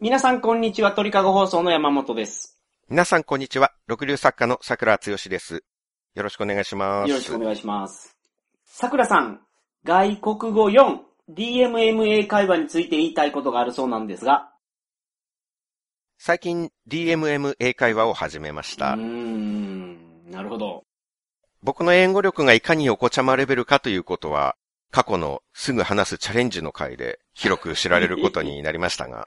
皆さんこんにちは、鳥かご放送の山本です。皆さん、こんにちは。六流作家の桜つよしです。よろしくお願いしまよす。ろしくお願いします。さくらさん、外国語4、DMMA 会話について言いたいことがあるそうなんですが。最近、DMM 英会話を始めましうーた。ん、なるほど。 僕の英語力がいかにお子ちゃまレベルかということは、過去のすぐ話すチャレンジの回で広く知られることになりまし たが、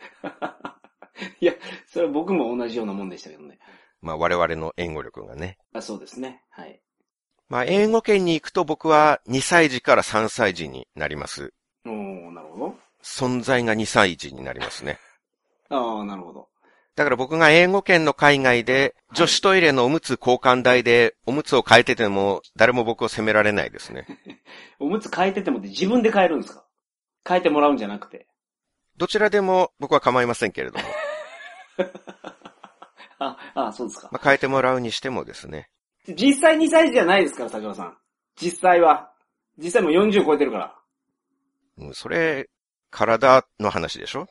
いや、それは僕も同じようなもんでしたけどね。まあ我々の英語力がね。あそうですね。はい。まあ英語圏に行くと僕は2歳児から3歳児になります。おー、なるほど。存在が2歳児になりますね。あー、なるほど。だから僕が英語圏の海外で、女子トイレのおむつ交換台で、おむつを変えてても、誰も僕を責められないですね。おむつ変えててもって自分で変えるんですか変えてもらうんじゃなくて。どちらでも僕は構いませんけれども、あ、あ、そうですか。まあ、変えてもらうにしてもですね。実際2歳児じゃないですから、桜さん。実際は。実際もう40超えてるから。うんそれ、体の話でしょ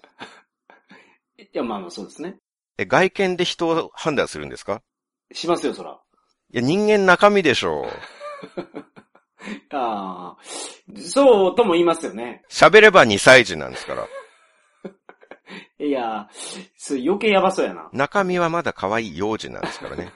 いや、まあまあそうですね。え、外見で人を判断するんですかしますよ、そら。いや、人間中身でしょう。ああ、そうとも言いますよね。喋れば2歳児なんですから。いや、それ余計やばそうやな。中身はまだ可愛い幼児なんですからね。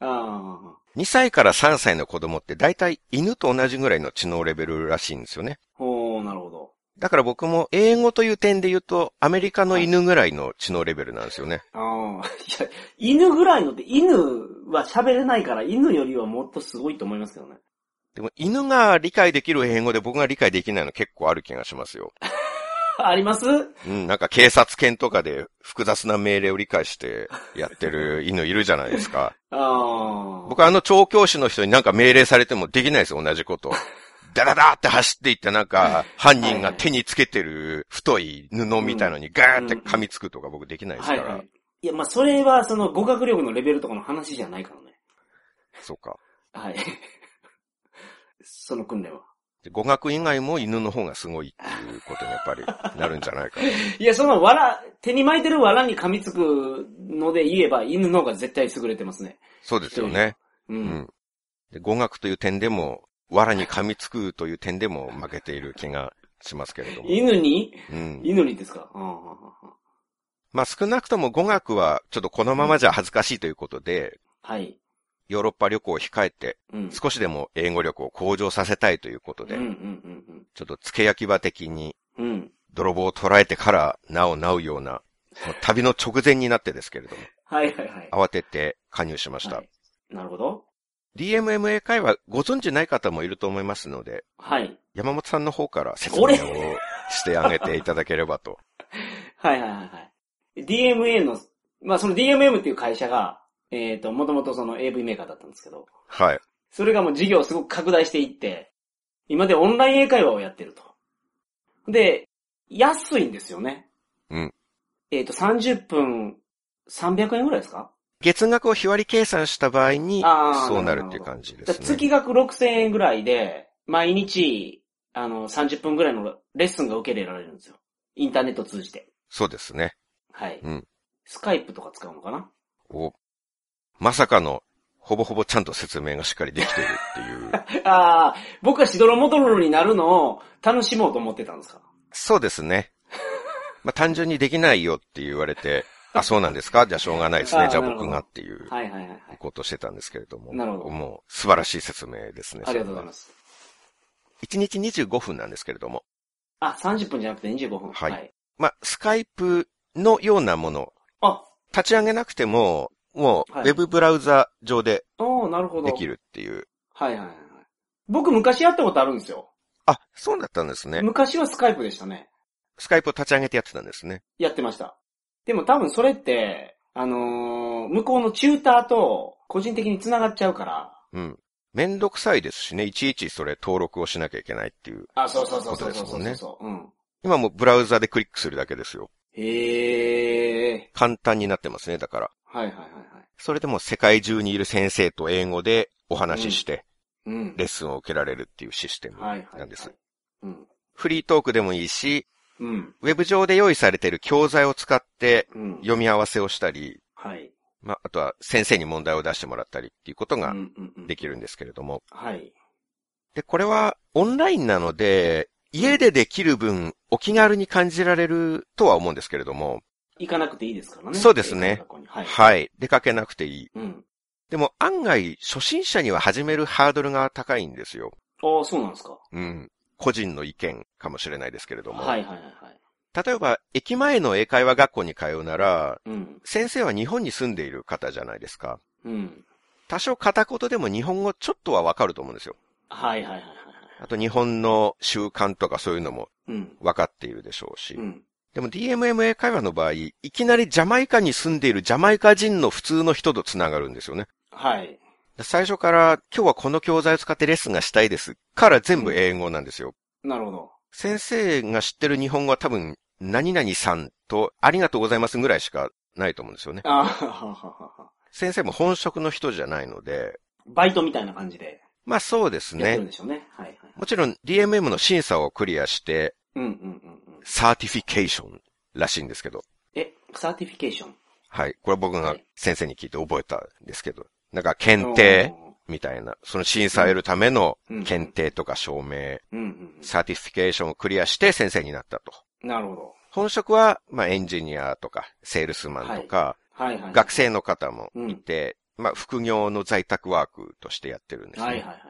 ああ、 2歳から3歳の子供って大体犬と同じぐらいの知能レベルらしいんですよね。ほう、なるほど。だから僕も英語という点で言うと、アメリカの犬ぐらいの知能レベルなんですよね。ああ、いや、犬ぐらいのって、犬は喋れないから、犬よりはもっとすごいと思いますけどね。でも犬が理解できる英語で僕が理解できないの結構ある気がしますよ。ありますうん、なんか警察犬とかで複雑な命令を理解してやってる犬いるじゃないですか。ああ、僕あの調教師の人になんか命令されてもできないですよ、同じこと。ダダダーって走っていってなんか犯人が手につけてる太い布みたいのにガーって噛みつくとか僕できないですはかいらは。い。いや、まあそれは、その語学力のレベルとかの話じゃないからね。そうか。はい。 その訓練は。で語学以外も犬の方がすごいっていうことにやっぱりなるんじゃな いかな。いや、その、わら、手に巻いてるわらに噛みつくので言えば、犬の方が絶対優れてますね。そうですよね。うん。うん。で語学という点でも、藁に噛みつくという点でも負けている気がしますけれども。犬にうん。犬にですかああまあ少なくとも語学はちょっとこのままじゃ恥ずかしいということで、はい。ヨーロッパ旅行を控えて、うん。少しでも英語力を向上させたいということで、うんうんちょっと付け焼き場的にうんうん。うん。泥棒を捉えてからなおなうような、もう旅の直前になってですけれども、はいはいはい。慌てて加入しましたは。いなるほど。 DMMA 会話ご存知ない方もいると思いますので、はい。山本さんの方から説明をしてあげていただければと。はいはいはいはい。DMA の、まあその DMM っていう会社が、えっ、と、もともとその AV メーカーだったんですけど、はい。それがもう事業をすごく拡大していって、今でオンライン英会話をやってると。で、安いんですよね。うん。えっ、と、30分300円ぐらいですか月額を日割り計算した場合にあー、そうなるっていう感じでだすからね。月額6000円ぐらいで、毎日、あの、30分ぐらいのレッスンが受け入れられるんですよ。インターネットを通じて。そうですね。はい。うんスカイプとか使うのかな おまさかの、ほぼほぼちゃんと説明がしっかりできているってい う。ああ、僕はしどろもどろになるのを楽しもうと思ってたんですかそうですね。まあ単純にできないよって言われて、あ、そうなんですかじゃあしょうがないですあねー。じゃあなるほど僕がっていうはいはいはいはい。ことをしてたんですけれども。なるほどもう素晴らしい説明ですね。。ありがとうございますす。 1日25分なんですけれども。あ、30分じゃなくて25分。はいまあ、スカイプのようなもの、あ、立ち上げなくても、もう、ウはいェブブラウザ上でおーなるほど。できるっていう。はいはいはい。僕昔やったことあるんですよ。あ、そうだったんですね。昔はスカイプでしたね。スカイプを立ち上げてやってたんですね。やってました。でも多分それって、あのー向こうのチューターと個人的に繋がっちゃうから。うん。めんどくさいですしね、いちいちそれ登録をしなきゃいけないっていう。あ、そうそうそうそうことそでうすそうんそもねう、うん。今もうブラウザでクリックするだけですよ。へえ。簡単になってますね、だから。はいはいはいはい。それでも世界中にいる先生と英語でお話しして、うん。レッスンを受けられるっていうシステムはいはい、はい。なんです。うん。フリートークでもいいし、うん。ウェブ上で用意されている教材を使ってうん。読み合わせをしたり、はい。まあ、あとは先生に問題を出してもらったりっていうことがうんうんうんできるんですけれども。はい。で、これはオンラインなので、家でできる分、お気軽に感じられるとは思うんですけれども、行かなくていいですからね。そうですね学校にはい。はい、出かけなくていい。うん。でも案外、初心者には始めるハードルが高いんですよ。ああ、そうなんですか。うん。個人の意見かもしれないですけれども。はいはいはいはい。例えば、駅前の英会話学校に通うなら、うん。先生は日本に住んでいる方じゃないですか。うん。多少片言でも日本語ちょっとはわかると思うんですよ。はいはいはいはい。あと日本の習慣とかそういうのもうん。わかっているでしょうし。うん。でも DMMA 会話の場合、いきなりジャマイカに住んでいるジャマイカ人の普通の人と繋がるんですよね。はい。最初から今日はこの教材を使ってレッスンがしたいですから全部英語なんですよ。なるほど。先生が知ってる日本語は多分何々さんとありがとうございますぐらいしかないと思うんですよね。ああ、はははは。先生も本職の人じゃないので、バイトみたいな感じでまあそうですやってるんね。でしょうね。はいはい。もちろん DMM の審査をクリアして、うんうんうんうん。サーティフィケーションらしいんですけど。え、サーティフィケーション。はい。これは僕が先生に聞いて覚えたんですけど。なんか検定定みたいな、その審査を得るためのうん検定とか証明、うんうんサーティフィケーションをクリアして先生になったと。うん。なるほど。本職は、まあエンジニアとか、セールスマンとか、はいはい。学生の方もうん。いて、まあ、副業の在宅ワークとしてやってるんですね。はいはいはい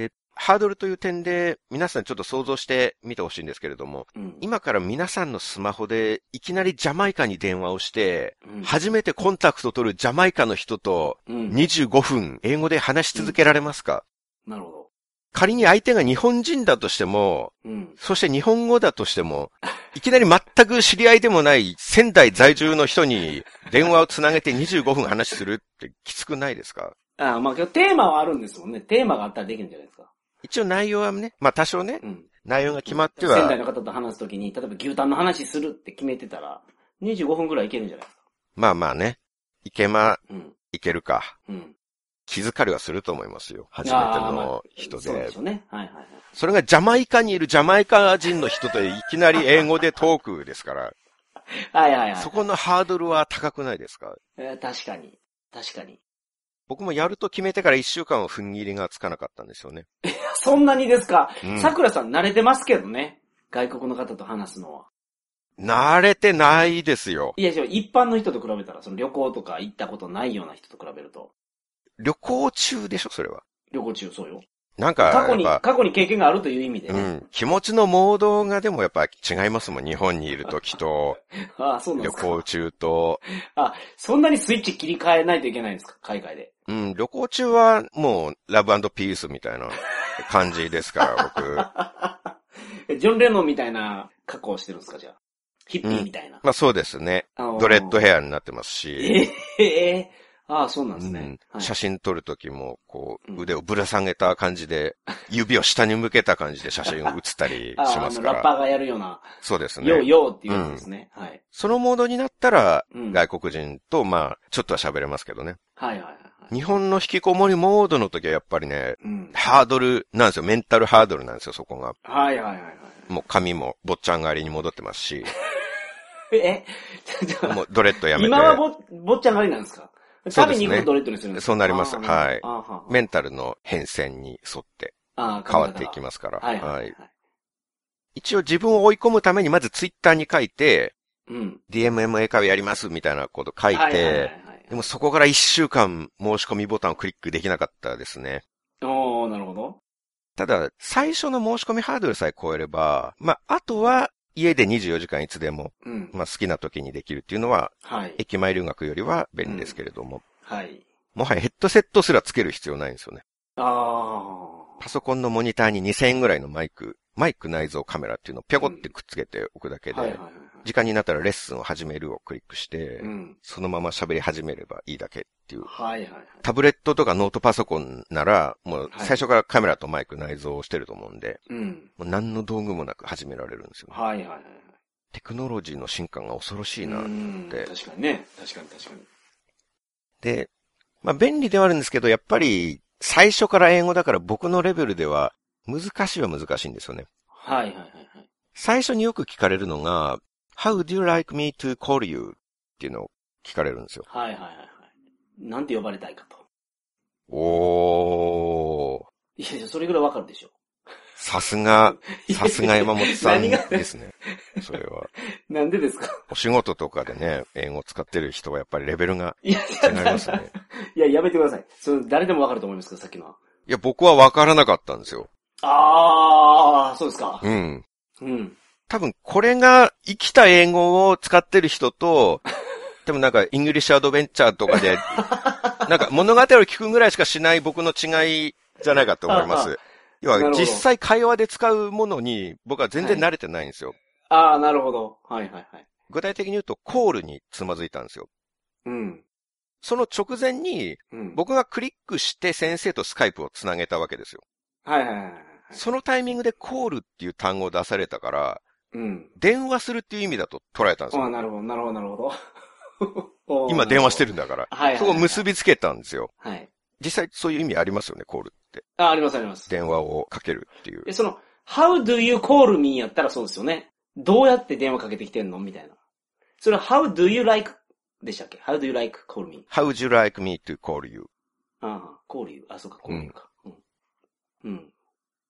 はい。ハードルという点で、皆さんちょっと想像してみてほしいんですけれども、うん、今から皆さんのスマホで、いきなりジャマイカに電話をして、うん、初めてコンタクト取るジャマイカの人と、うん、 25分、英語で話し続けられますかなるほど。仮に相手が日本人だとしても、うん。そして日本語だとしても、いきなり全く知り合いでもない仙台在住の人に電話をつなげて25分話するってきつくないですかああ、まあ今日テーマはあるんですもんね。テーマがあったらできるんじゃないですか。一応内容はね、まあ多少ね、うん。内容が決まって仙台は、の方と話すときに、例えば牛タンの話するって決めてたら、25分くらいいけるんじゃないですか。まあまあね、いけま、うん。いけるか。うん。気づかれはすると思いますよ。初めてああまあの人そうででし。ょうね。はいはいはい。それがジャマイカにいるジャマイカ人の人といきなり英語でトークですから、はいはいはい。そこのハードルは高くないですかえー確かに。確かに。い僕もやると決めてから1週間は踏ん切りがつかなかったんですよね。やそんなにですか。うん桜さん慣れてますけどね。外国の方と話すのは。慣れてないですよ。いや、でも一般の人と比べたら、その旅行とか行ったことないような人と比べると、旅行中でしょ、それは。旅行中そうよ。なんか、過去に、やっぱ、過去に経験があるという意味でうね。ん、気持ちのモードがでもやっぱ違いますもん。日本にいるときと、 ああ、そうなんで旅すか行。中と。そんなにスイッチ切り替えないといけないんですか海外で。 うん、旅行中はもう、ラブピースみたいな感じですから、僕。 えジョン・レノンみたいな格好をしてるんですかじゃあ。ヒッピーみたいな。まあそうですね。あのードレッドヘアになってますし。えええああ、そうなんうですねん。はい写真撮るときも、こうんう、腕をぶら下げた感じ で、指を下に向けた感じで写真を写ったりあしあ、まあすの、かラッパら。ーがやるような、そうですね。ようようっていうやつですね。はい。そのモードになったら、うん。はい外国人と、まあ、ちょっとは喋れますけどね。はいはいはい。日本の引きこもりモードの時はやっぱりね、うん。ハードルなんですよ。メンタルハードルなんですよ、そこが。はいはいはいはもう髪も坊ちゃん狩りに戻ってます し、い。え、ちょっともうドレッドやめ今はて、ぼ、ぼっちゃんありなんですかそう食でべすねに行くとドレッドにするんですかそうなりますあーはいあーはーメンタルの変遷に沿ってあー変わっていきますから。はいはいはい。一応自分を追い込むためにまずツイッターに書いて、うん。 DMMA 会をやりますみたいなこと書いて、はいはいはいはいでもそこから一週間申し込みボタンをクリックできなかったですね。おー、なるほど。ただ、最初の申し込みハードルさえ超えれば、まあ、あとは家で24時間いつでも、うん。まあ、好きな時にできるっていうのは、はい。駅前留学よりは便利ですけれども、はい。もはやヘッドセットすらつける必要ないんですよね。あー。パソコンのモニターに2000円ぐらいのマイク、マイク内蔵カメラっていうのをぴょこってくっつけておくだけで、はいはいはいはい。時間になったらレッスンを始めるをクリックして、うん。そのまま喋り始めればいいだけっていう。はいはいはい。タブレットとかノートパソコンなら、もう最初からカメラとマイク内蔵してると思うんで、うん。もう何の道具もなく始められるんですよね。はいはいはいはい。テクノロジーの進化が恐ろしいな。うんて確かにね。確かに確かに。で、まあ便利ではあるんですけど、やっぱり最初から英語だから僕のレベルでは難しいは難しいんですよね。はいはいはいはい。最初によく聞かれるのが、How do you like me to call you? っていうのを聞かれるんですよ。はいはいはいはい。なんて呼ばれたいかと。おー、いやいや、それぐらいわかるでしょ。さすが、さすが山本さん 何がですね。それは。なんでですかお仕事とかでね、英語を使ってる人はやっぱりレベルがいや、違違いますね。いや、やめてください。その誰でもわかると思いますけど、さっきのは。いや、僕はわからなかったんですよ。あー、そうですか。うん。うん。多分これが生きた英語を使ってる人と、多分なんかイングリッシュアドベンチャーと かで、なんか物語を聞くぐらいしかしない僕の違いじゃないかと思いまあす。要はなるほど実際会話で使うものに僕は全然慣れてないんですよ。あー、なるほど。はいはいはい。具体的に言うとコールにつまずいたんですよ。うん。その直前にうん。僕がクリックして先生とスカイプをつなげたわけですよ。はいはいはいはい。そのタイミングでコールっていう単語を出されたから、うん。電話するっていう意味だと捉えたんですあよ。ー、なるほど、なるほど、 なるほど。今電話してる。るんだから。はいはいはい。そこを結びつけたんですよ。はい。実際そういう意味ありますよね、コールって。あ、ありますあります。電話をかけるっていう。え、その、how do you call me やったらそうですよね。どうやって電話かけてきてんのみたいな。それは how do you like でしたっけ ?how do you like call me? How would you like me to call you? ああ、call you. あ、そうか、call you か。うん。うん。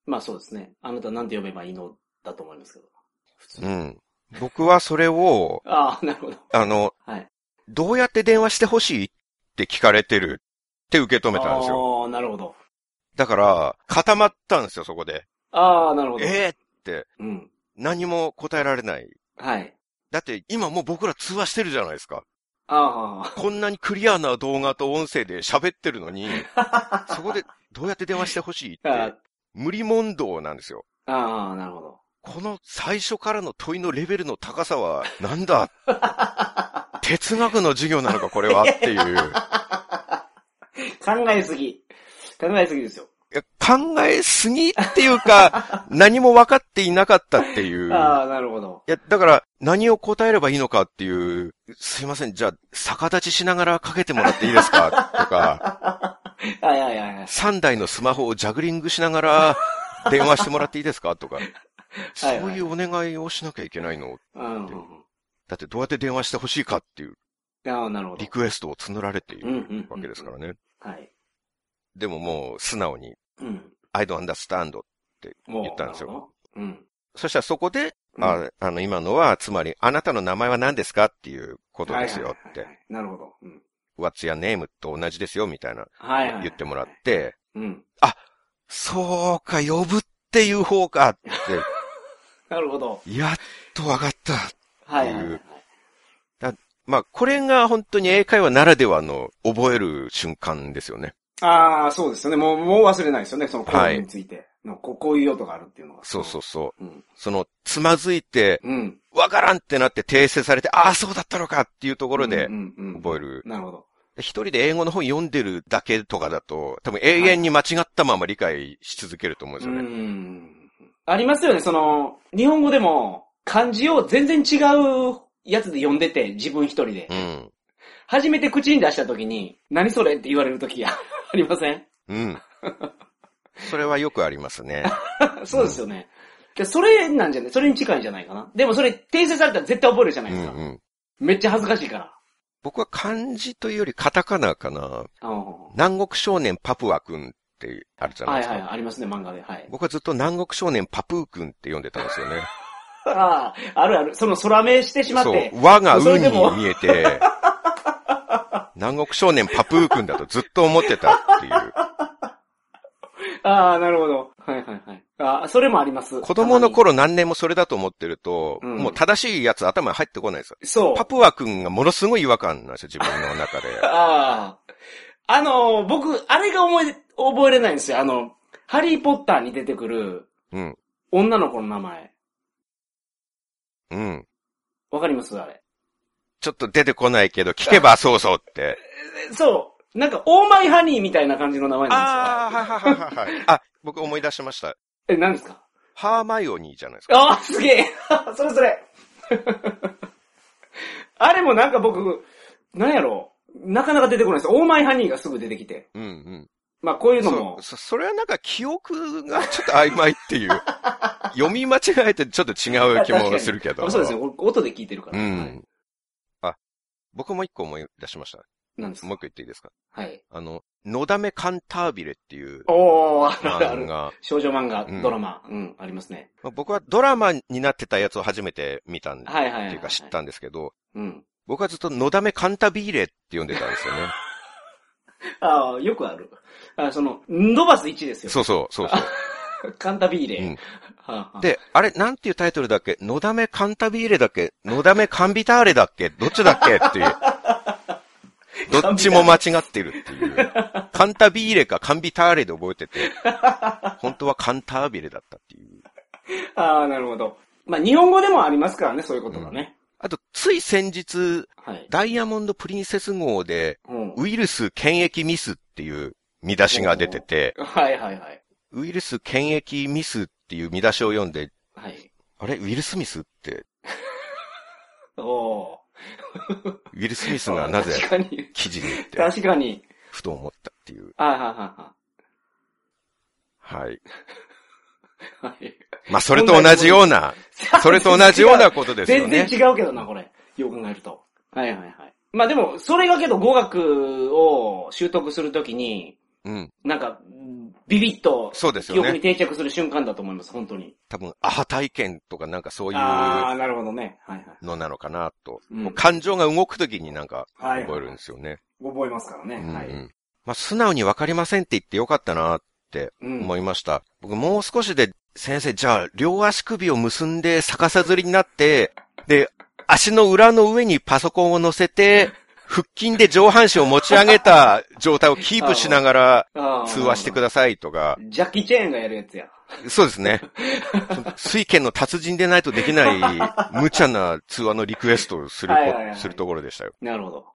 まあそうですね。あなたなんて呼べばいいのだと思いますけど。普通うに。ん。僕はそれを、ああ、なるほど。あの、はい。どうやって電話してほしいって聞かれてるって受け止めたんですよ。ああ、なるほど。だから、固まったんですよ、そこで。ああ、なるほど。ええうん。何も答えられない。はい。だって今もう僕ら通話してるじゃないですか。あこんなにクリアな動画と音声で喋ってるの に、そこでどうやって電話してほしいっあ。あて、無理問答なんですよ。あ、ああなるほど。この最初からの問いのレベルの高さは、なん だ哲学の授業なのか、これはっていう。考えすぎ。考えすぎですよ。いや考えすぎっていうか、何も分かっていなかったって いう。いああ、なるほど。や、だから、何を答えればいいのかっていう、すいません、じゃあ、逆立ちしながらかけてもらっていいですかとか、はいはいはいはい。 3台のスマホをジャグリングしな がら電話してもらっていいですかとか、そういはいいうお願いをしなきゃいけないの。うんうんだってどうやって電話してほしいかっていううん。ああ、なるほどリ。クエストを募られていうんうるんうんわけですからね。はい。でももう素直に、うん。 I don't understand. もう。言ったんですよなるほど。うん。そしたらそこで、うんああの今のは、つまり、あなたの名前は何ですかっていうことですよっはいはいはいては、い。なるほど。うん。 What's your name? と同じですよみたいなはいはい。言ってもらっ。て、うん。そうか、呼ぶっていう方かっなるほど。 て、やっとわかった。はいはいはいはい。まあ、これが本当に英会話ならではの覚える瞬間ですよね。ああ、そうですよね。もう、もう忘れないですよね。その、こうはいいうについての。こうこういう用途があるっていうのが。そうそうそう。うん。その、つまずいて、うん。わからんってなって訂正されて、ああ、そうだったのかっていうとこころで覚覚える。なるほど。一人で英語の本読んでるだけとかだと、多分永遠に間違ったまま理解し続けると思うんですうよね。ん。ありますよね、その、日本語でも、漢字を全然違うやつで読んでて、自分一人でう。ん。初めて口に出した時に、何それって言われる時が ありませんうん。それはよくありますね。 そうですよね。でそれなんじゃないそれに近いんじゃないかな。でもそれ、訂正されたら絶対覚えるじゃなういですんか。うん。めっちゃ恥ずかしいから。僕は漢字というよりカタカナかな。あの南国少年パプワ君ってあるじゃはないでいすか。はい、ありますね、漫画で。はい。僕はずっと南国少年パプー君って呼んでたんですよね。ああ、あるある。その空目してしまっそて。う、和がそれ運でにも見えて、 南国少年パプー君だとずっと思ってたっていう。ああ、なるほど。はいはいはい。ああ、それもあります。子供の頃何年もそれだと思ってると、うんもう正しいやつ頭に入ってこないんですよ。そう。パプワ君がものすごい違和感なんですよ、自分の中で。 ああ。あのー、僕、あれが思い、覚えれないんですよ。あの、ハリーポッターに出てくるうん。女の子の名前。うん。わかりますあれ。ちょっと出てこないけど、聞けばそうそうって。えそう。なんか、オーマイハニーみたいな感じの名前なんあであ、はいはいはいはい。あ、僕思い出しました。すよ。え、何ですかハーマイオニーじゃないですか。ああ、すげえ それそれあれもなんか僕、なんやろなかなか出てこないです。オーマイハニーがすぐ出てきて。うんうん。まあ、こういうのそも う、。そ、それはなんか記憶がちょっと曖昧っていう。読み間違えてちょっと違う気もするけど。あそうですね。俺音で聞いてるから。うはいん。あ、僕も一個思い出しました。なんですもうか一個言っていいですかはい。あの、のだめカンタービレっていうおー、あるあるあ漫る。画。少女漫画、うんドラマ、うん、ありますね。まあ僕はドラマになってたやつを初めて見たんで、っはいはいはいてはい。いうか知ったんですけど、うん。僕はずっとのだめカンタビーレって呼んでたん ですよね。ああ、よくある。あその、ドバス1ですよ。そうそう、そうそう。カンタビーレ。うんはあはあ、で、あれ、なんていうタイトルだっけのだめカンタビーレだっけのだめカンビターレだっけどっちだっけっていう。どっちも間違ってるっていう。カンタビーレかカンビターレで覚えてて、本当はカンタービレだったっていう。ああ、なるほど。まあ、日本語でもありますからね、そういうことがね。あと、つい先日、はい。ダイヤモンドプリンセス号で、うん。ウイルス検疫ミスっていう見出しが出てて、はいはいはい。ウイルス検疫ミスっていう見出しを読んで、はい。あれウィル・スミスって、おおウィル・スミスー。がなぜ確かに。記事にって、確かに。ふと思ったっていう。ああ、ははい。いはいはい。はい。まあ、それと同じような、それと同じようなことですよ 全ね。然違うけどな、これ。よく考えると。はいはいはい。まあでも、それがけど語学を習得するときに、うん。なんか、ビビッと、そうです記よ憶にね。定着する瞬間だと思います、本当に。多分、アハ体験とかなんかそういうああ、なるほどね。はいはい。のなのかなと。うんもう感情が動くときになんかはい覚えるんですよね。覚えますからね。うんはい。うんまあ、素直にわかりませんって言ってよかったなってうん思いました。僕もう少しで、先生、じゃあ、両足首を結んで逆さずりになって、で、足の裏の上にパソコンを乗せて、腹筋で上半身を持ち上げた状態をキープしながら通話してくだださいとか、ジャッキー・チェーンがやるやつや。そうですね。水拳の達人でないとでき ない無茶な通話のリクエストをするこはいはいはいするところでしたよ。なるほど。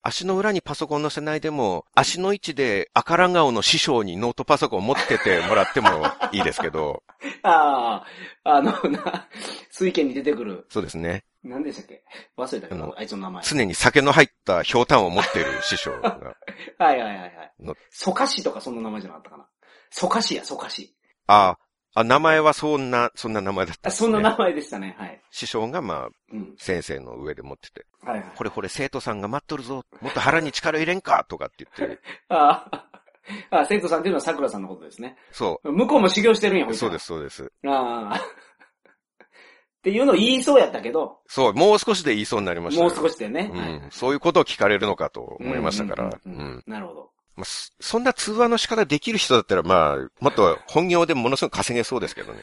足の裏にパソコン載せないでも、足の位置で赤ら顔の師匠にノートパソコン持っててもらってもいいです けど、ああ、あの、な、水拳に出てくる、そうですね。何でしたっけ忘れたけあど、のあいつの名前。常に酒の入った氷炭を持ってる師匠が。はいはいはいはいの。ソカシとかそんな名前じゃなかったかな。ソカシや、ソカシ。ああ、名前はそんな、そんな名前だったあです、そね。んな名前でしたね、はい。師匠がまあ、うん。先生の上で持ってて、はいはい。これこれ生徒さんが待っとるぞ、もっと腹に力入れんかとかって言って、ああ、あ生徒さんっていうのは桜さんのことですね。そ向こうも修行してるんや、ほいう、たそうらです、。そうです。ああ。っていうのを言いそうやったけど、 そう、もう少しで言いそうになりましたもよ。う少しでね。うはいん。そういうことを聞かれるのかと思いましたから。ううんうんうんうんん。なるほど。まあそそんな通話の仕方できる人だったら、まあ、もっと本業でものすごく稼げそうですけど ね。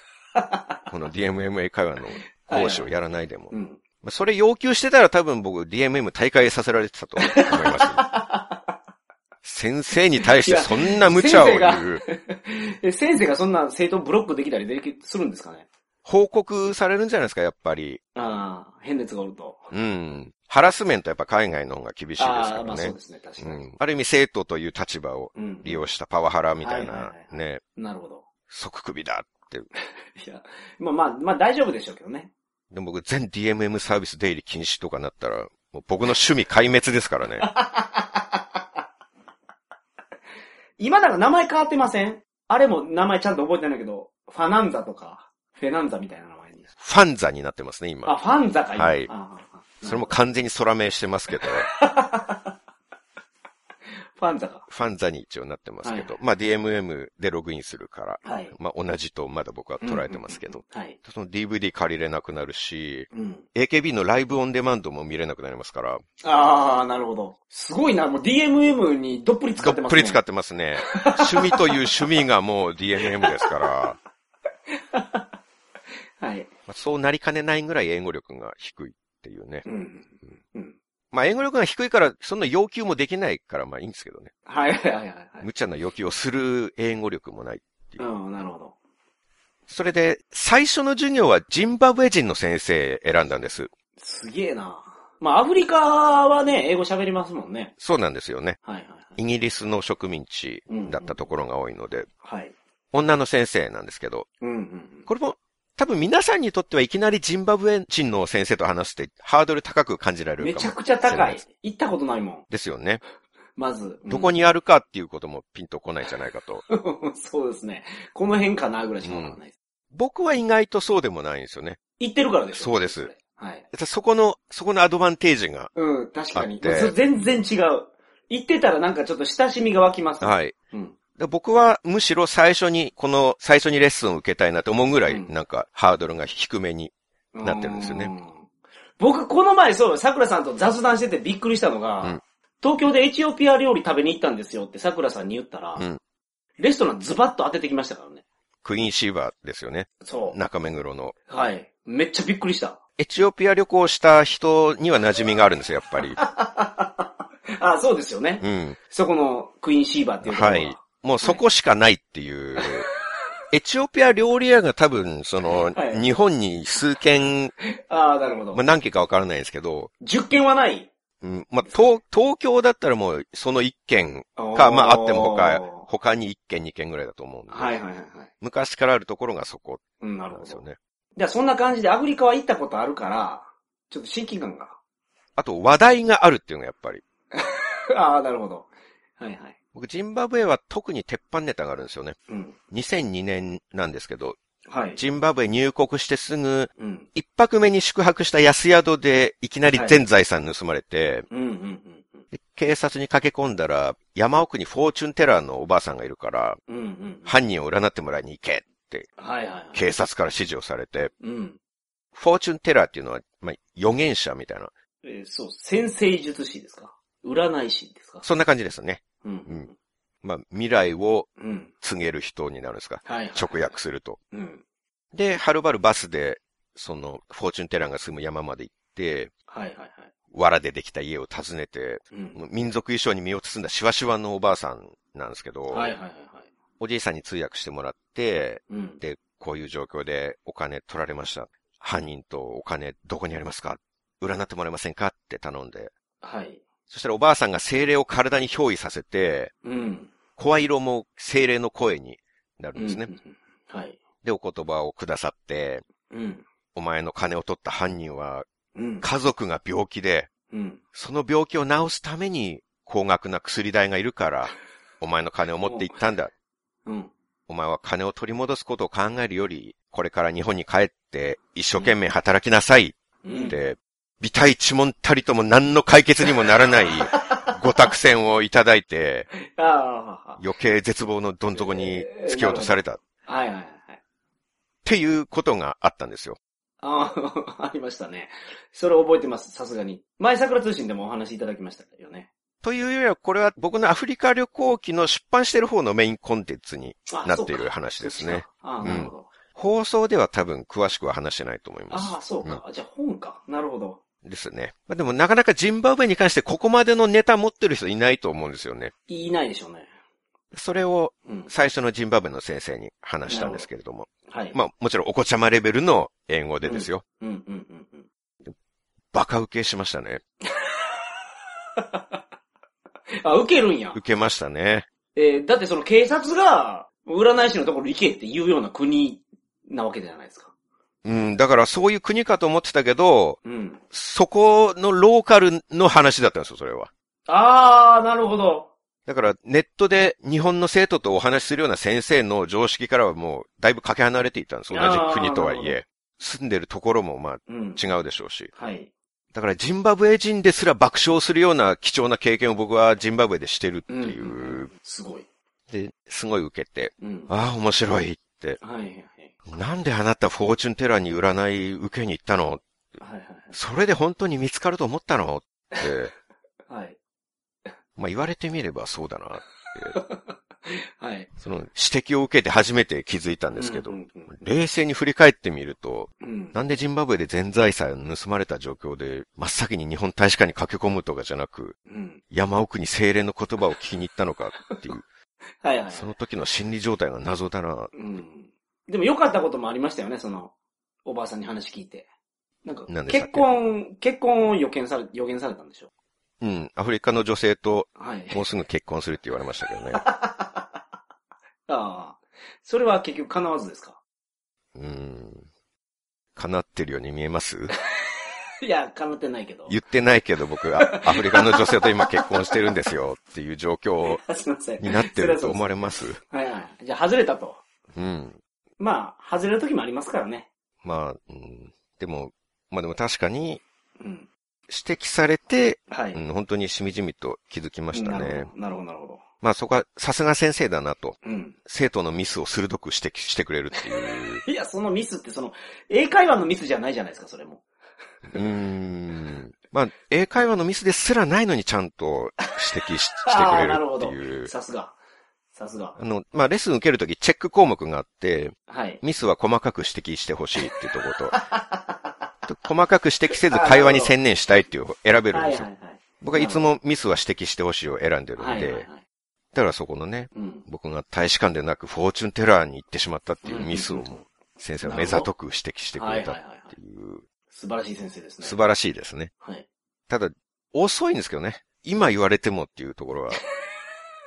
この DMMA 会話の講師をやらないでも。うん。まあそれ要求してたら多分僕 DMM 大会させられてたと思い ますよ。先生に対してそんな無茶をいや先言う。え、先生がそんな生徒ブロックできたりでき、するんですかね報告されるんじゃないですか、やっぱり。ああ、変なやつがおると。うん。ハラスメントやっぱ海外の方が厳しいですからね。ああ、まあそうですね、確うかに。ん。ある意味生徒という立場をうん。利用したパワハラみたいはいなはいは、いね、なるほど。即首だって。いや、まあまあ、まあ大丈夫でしょうけどね。でも僕全 DMM サービス出入り禁止とかなったら、もう僕の趣味壊滅で すからね。今だから名前変わってませんあれも名前ちゃんと覚えてないけど、ファナンザとか、フェナンザみたいな名前に。ファンザになってますあ、ね、今。ファンザか、今はいあああそれも完全に空名してますけど、ファンザか。ファンザに一応なってますけど、はまあ DMM でログインするから、はい。まあ同じとまだ僕は捉えてますけど、うんうんうん。はい。その DVD 借りれなくなるし、うん。 AKB のライブオンデマンドも見れなくなりますから、ああ、なるほど。すごいな、もう DMM にどっぷり使どってっますぷね。り使ってますね。趣味という趣味がもう DMM ですから、はい。まあそうなりかねないぐらい英語力が低いっていうね。うん。うん。まあ英語力が低いから、そんな要求もできないからまあいいんですけどね。はいはいはいはい。無茶な要求をする英語力もない。うん、なるほど。それで、最初の授業はジンバブエ人の先生選んだんです。すげえな。まあ、アフリカはね、英語喋りますもんね。そうなんですよね。はいはいはい。イギリスの植民地だったところが多いので、はい。女の先生なんですけど、うんうんうん。これも多分皆さんにとってはいきなりジンバブエ人の先生と話すってハードル高く感じられめるかちゃも。くちゃ高い。行ったことないもん。ですよね。まず。うん どこにあるかっていうこともピンとこないんじゃないかと。そうですね。この辺かなぐらいしかわからないです。僕は意外とそうでもないんですよね。言ってるからですよそうです。れはい。そこの、そこのアドバンテージが、うん、確かに。あってそう全然違う。言ってたらなんかちょっと親しみが湧きます。い。はい。うん。だ僕はむしろ最初に、この最初にレッスンを受けたいなと思うぐらい、うんなんかハードルが低めに。なってるんですよねうん。僕、この前、そう、桜さんと雑談しててびっくりしたのが、うん東京でエチオピア料理食べに行ったんですよって桜さんに言ったら、うんレストランズバッと当ててきましたからね。クイーンシーバーですよね。そう。中目黒の。はい。めっちゃびっくりした。エチオピア旅行した人には馴染みがあるんですよ、やっぱ り。あ、そうですよね。うん。そこのクイーンシーバーっていうところはがい。もうそこしかないっていう。エチオピア料理屋が多分、その、はい日本に数軒、ああ、なるほど。まあ、何軒かわからないですけど、 10件はない。うん、まあ、東、東京だったらもう、その1軒か、まあ、あっても他、他に1軒、2軒ぐらいだと思うんで。はいはいはいはい。昔からあるところがそこうん、なるなんほですよど。ね。じゃあそんな感じでアフリカは行ったことあるから、ちょっと親近感が。 あと、話題があるっていうのがやっぱり。ああ、なるほど。はいはい。僕、ジンバブエは特に鉄板ネタがあるんですよね。うん。 2002年なんですけど、はい。ジンバブエ入国してすぐ、うん。一泊目に宿泊した安宿で、いきなり全財産盗まれて、うんうんうんうん。で警察に駆け込んだら、山奥にフォーチュンテラーのおばあさんがいるから、うんうんうん。犯人を占ってもらいに行け、はいはいはい。警察から指示をされて、うん。フォーチュンテラーっていうのは、まあ、予言者みたいな、えーそう、先生術師ですか占い師ですかそんな感じですね。ううんん。まあ、未来をうん。うん。告げる人になるんですか。はい。直訳すると。うん。で、はるばるバスで、その、フォーチュンテラーが住む山まで行って、はいはいはい。藁でできた家を訪ねて、うん。民族衣装に身を包んだシワシワのおばあさんなんですけど、はいはいはいはい。おじいさんに通訳してもらって、うん。で、こういう状況でお金取られました。犯人とお金どこにありますか占ってもらえませんかって頼んで。はい。そしたらおばあさんが精霊を体に憑依させて、うん。声色も精霊の声になるんですね。うんうんうん。はい。で、お言葉をくださって、うん。お前の金を取った犯人はうん。家族が病気で、うん。その病気を治すために高額な薬代がいるから、お前の金を持って行ったんだ。うん。お前は金を取り戻すことを考えるより、これから日本に帰って一生懸命働きなさいうん。って、微体一文たりとも何の解決にもならないご託戦をいただいて、ああ、余計絶望のどん底に突き落とされたっはいはいはい。ていうことがあったんですよ。あ あ、ありましたね。それ覚えてます、さすがに。前、桜通信でもお話いただきましたよね。というよりは、これは僕のアフリカ旅行記の出版してる方のメインコンテンツにあなっていそうるか話ですね。ああ、なるほど。放送では多分詳しくは話してないと思いますああ、。そうか。じゃあ本か。なるほど。ですね。まあ、でもなかなかジンバブエに関してここまでのネタ持ってる人いないと思うんですよね。いないでしょうね。それをうん。最初のジンバブエの先生に話したんですけれども。はい。まあもちろんお子ちゃまレベルの英語でですよ。うんうんうんうん。バカ受けしましたね。あ、受けるんや受。けましたね。えーだってその警察が、占い師のところ行けっていうような国なわけじゃないですか。うん、だからそういう国かと思ってたけど、うん。そこのローカルの話だったんですよ、それは。ああ、なるほど。だからネットで日本の生徒とお話しするような先生の常識からはもうだいぶかけ離れていたんです。同じ国とはいあーなるえ。住んでるところもまあうん。違うでしょうし。はい。だからジンバブエ人ですら爆笑するような貴重な経験を僕はジンバブエでしてるってうん。いう。うんすごい。で、すごい受けて、うん。はああ、面白いって。いはいはい。なんであなたフォーチュンテラーに占い受けに行ったのはいそれで本当に見つかると思ったのって。はいはい。まあ言われてみればそうだな。はい。はい。その指摘を受けて初めて気づいたんですけど、うんうん冷静に振り返ってみると、うんうんなんでジンバブエで全財産盗まれた状況で、真っ先に日本大使館に駆け込むとかじゃなく、うん。山奥に精霊の言葉を聞きに行ったのかっていう。はいはい。その時の心理状態が謎だな。うん。でも良かったこともありましたよね、その、おばあさんに話聞いて。なんか何、でしたっ結け婚、結婚を予見され、予言されたんでしょうん。アフリカの女性とはい。もうすぐ結婚するって言われましたけどね。ああ。それは結局叶わずですか うん。叶ってるように見えますいや、叶ってないけど。言ってないけど僕、あアフリカの女性と今結婚してるんですよっていう状況 あすいません。になってると思われます。はいはい。じゃあ、外れたと。うん。まあ、外れる時もありますからね。まあ、うん、でも、まあでも確かにうん。指摘されて、はい。うん、本当にしみじみと気づきましたなるねほ。ど、なるほど、なるほど。まあそこはさすが先生だなと。うん。生徒のミスを鋭く指摘してくれるっ ていう。いや、そのミスってその、英会話のミスじゃないじゃないですか、それも。うーん。まあ、英会話のミスですらないのにちゃんと指摘ししてくれるっていう。さすが。さすがあ。の、まあ、レッスン受けるときチェック項目があって、はい。ミスは細かく指摘してほしいっていうところ と、細かく指摘せず会話に専念したいっていう選べるんはいはいですはよ。い。僕はいつもミスは指摘してほしいを選んでるはんいはいはでい、。だからそこのね、うん。僕が大使館でなくフォーチュンテラーに行ってしまったっていうミスをうんうんうん先生は目ざとく指摘してくはれいたはいはっいはい。ていう、素晴らしい先生ですね。素晴らしいですね。はい。ただ、遅いんですけどね。今言われてもっていうところは、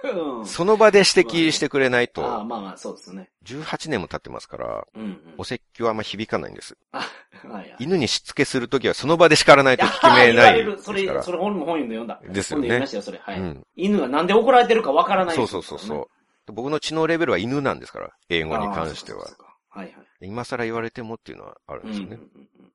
うん。その場で指摘してくれないああ、と、まあまあ、そうですね。 18年も経ってますから、うん、うんお。説教はあんま響かないんです。はいはい。犬にしつけするときはその場で叱らないと聞きめなやいで言われるすそかれ、らそ。れ本も本読んだ。ですよ本で読みねま。したよ、それ。はうい。ん。犬がなんで怒られてるかわからない、そうそうそうそう。僕の知能レベルは犬なんですから、英語に関してはああ。。そうかそうかはいはい。今更言われてもっていうのはあるんうんでうすんようね。んうん。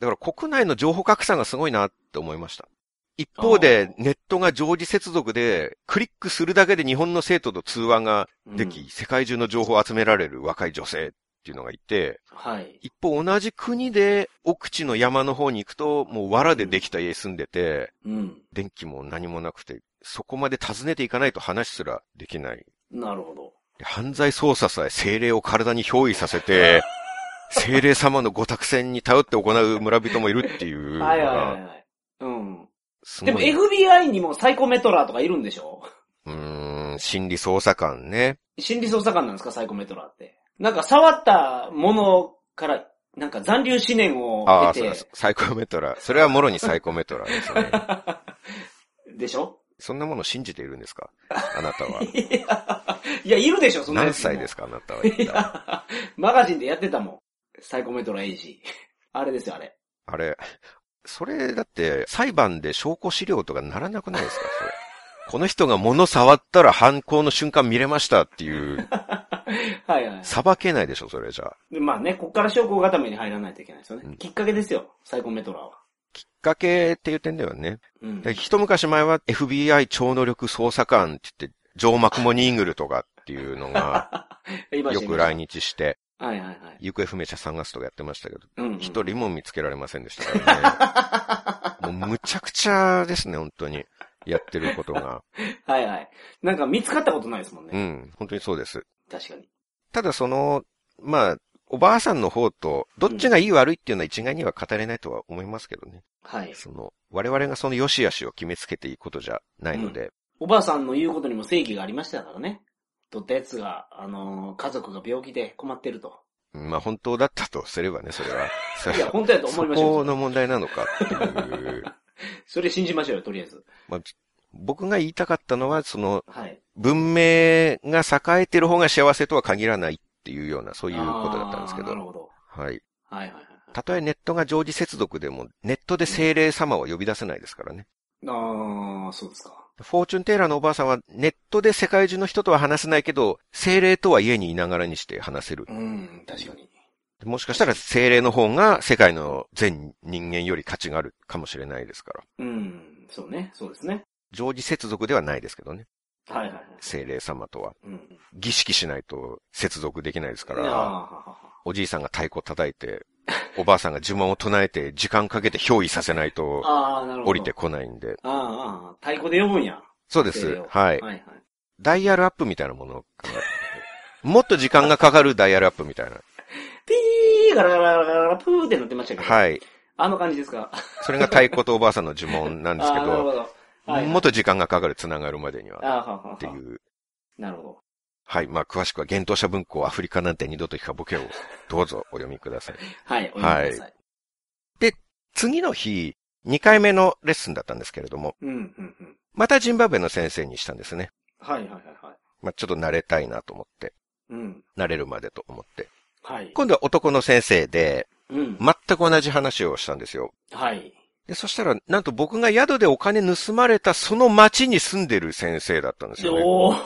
だから国内の情報格差がすごいなって思いました。一方で、ネットが常時接続で、クリックするだけで日本の生徒と通話ができ、うん世界中の情報を集められる若い女性っていうのがいて、はい。一方同じ国で奥地の山の方に行くと、もう藁でできた家住んでて、うん。電気も何もなくて、そこまで訪ねていかないと話すらできない。なるほど。で犯罪捜査さえ精霊を体に憑依さ せて、精霊様のご託戦に頼って行う村人もいるっていうのが。はいはいはいはい。うん。すでもごい。 FBI にもサイコメトラーとかいるんでしょうーん、心理捜査官ね。心理捜査官なんですか、サイコメトラーって。なんか触ったものから、なんか残留思念をああ、得そうてだ、サイコメトラ。それはもろにサイコメトラですね。 でしょそんなもの信じているんですかあなた は。いや、いやいるでしょ、そんな何やつも歳ですかあなたは。一い体や、マガジンでやってたもん。サイコメトラ AG。あれですよ、あれ。あれ、それだって裁判で証拠資料とかならなくないですかそれ。この人が物触ったら犯行の瞬間見れましたっていう、はいはい。裁けないでしょそれじゃあ。でまあね、こっから証拠固めに入らないといけないですよね。うんきっかけですよ、サイコメトラーは。きっかけっていう点ではね。うん。で一昔前は FBI 超能力捜査官って言って、ジョー・マクモニーグルとかっていうのが今よく来。日して、はいはいはい。行方不明者探すとかやってましたけど、うん、うん。一人も見つけられませんでしたから ね。もうむちゃくちゃですね、本当に。やってることが。はいはい。なんか見つかったことないですもんね。うん、本当にそうです。確かに。ただその、まあ、おばあさんの方と、どっちがいい悪いっていうのは一概には語れないとは思いますけどね。はい。その、我々がその良し悪しを決めつけていくことじゃないので、おばあさんの言うことにも正義がありましたからね。取ったやつが、あのー家族が病気で困ってると。まあ本当だったとすればね、それは。そいれや、は本当やとそ思いましょこうのよ。問題なのかっていう。それ信じましょうよ、とりあえず。まあ、僕が言いたかったのは、その、はい。文明が栄えてる方が幸せとは限らないっていうような、そうということだったんですけなるど。ほど。ははい。いはいはい。たとえネットが常時接続でも、ネットで精霊様を呼び出せないですからね。ああ、そうですか。フォーチュンテーラーのおばあさんは、ネットで世界中の人とは話せないけど、精霊とは家にいながらにして話せる。うん、確かに。もしかしたら精霊の方が世界の全人間より価値があるかもしれないですから。うん、そうね、そうですね。常時接続ではないですけどね。はいはいはい。精霊様とは。うん。儀式しないと接続できないですかいやーはら、ははおじいさんが太鼓叩いて、おばあさんが呪文を唱えて、時間かけて憑依させないとああ、なるほど。降りて。こないんで。ああ、ああ、太鼓で呼ぶんや。そうで精霊すを。ははい。いはい。ダイヤルアップみたいなものかな。もっと時間がかかるダイヤルアップみたいな。ピーガラガラガラガラプーってなってましたけど。い。はい。あの感じですか。それが太鼓とおばあさんの呪文なんですけ ああ、なるほど、ど。はいもっと時間がかかる、繋がるまでにあは。あ、はははっていうなるほど。はい。まあ、詳しくは、幻冬者文庫、アフリカなんて二度と聞かボケを、どうぞお読みください。はい、お読みください。次の日、2回目のレッスンだったんですけれども、うん、うん、うん。またジンバブエの先生にしたんですね。はい、はい、はい、はい。まあ、ちょっと慣れたいなと思って、うん。慣れるまでと思って。はい。今度は男の先生で、うん。全く同じ話をしたんですよ。はい。で、そしたら、なんと僕が宿でお金盗まれたその町に住んでる先生だったんですよね。おー、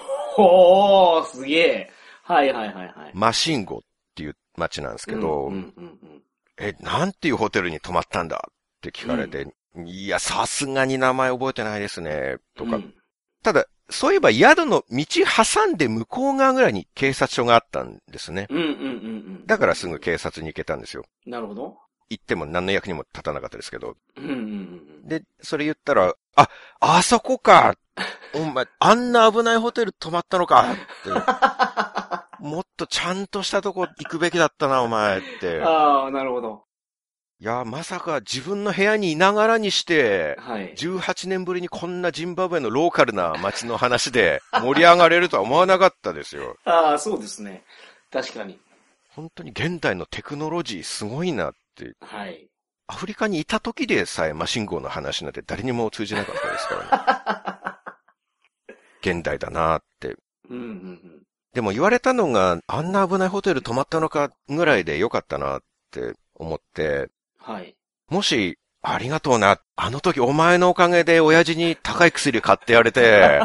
おーすげえ。はい、はい、はい、はい。マシンゴっっていう街なんですけど、うんうんうんえ、なんていうホテルに泊まったんだって聞かれて、いや、さすがに名前覚えてないですね、うとん。か。うんただ、そういえば宿の道挟んで向こう側ぐらいに警察署があったんですね。うんうんうんうん。だからすぐ警察に行けたんですよ。なるほど。行っても何の役にも立たなかったですけど。うんうんうんで、それ言ったら、あ、あそこかお前、あんな危ないホテル泊まったのかって。もっとちゃんとしたとこ行くべきだったな、お前ってうん。。ああ、なるほど。いや、まさか自分の部屋にいながらにして、はい。 18年ぶりにこんなジンバブエのローカルな街の話で盛り上がれるとは思わなかったですよ。ああ、そうですね。確かに。本当に現代のテクノロジーすごいなって。はい。アフリカにいた時でさえマシン号の話なんて誰にも通じなかったですから ね。現代だなって。うんうんうん。でも言われたのが、あんな危ないホテル泊まったのかぐらいでよかったなって思って、はい。もし、ありがとうな。あの時お前のおかげで親父に高い薬買ってやれて、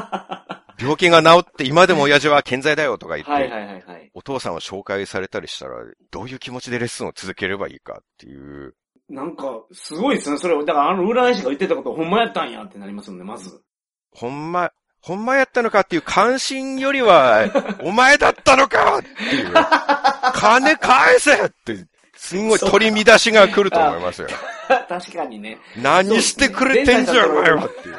病気が治って今でも親父は健在だよとか言っ て、はいはいはいはい。お父さんを紹介されたりしたら、どういう気持ちでレッスンを続ければいいかっていう。なんか、すごいですね。それ、だからあの占い師が言ってたことほんまやったんやってなりますもんね、まず。ほんま、ほんまやったのかっていう関心よりは、お前だったのかっていう。金返せって、すんごい取り乱しが来ると思いますよ。確かにね。何してくれてんじゃん、お前はって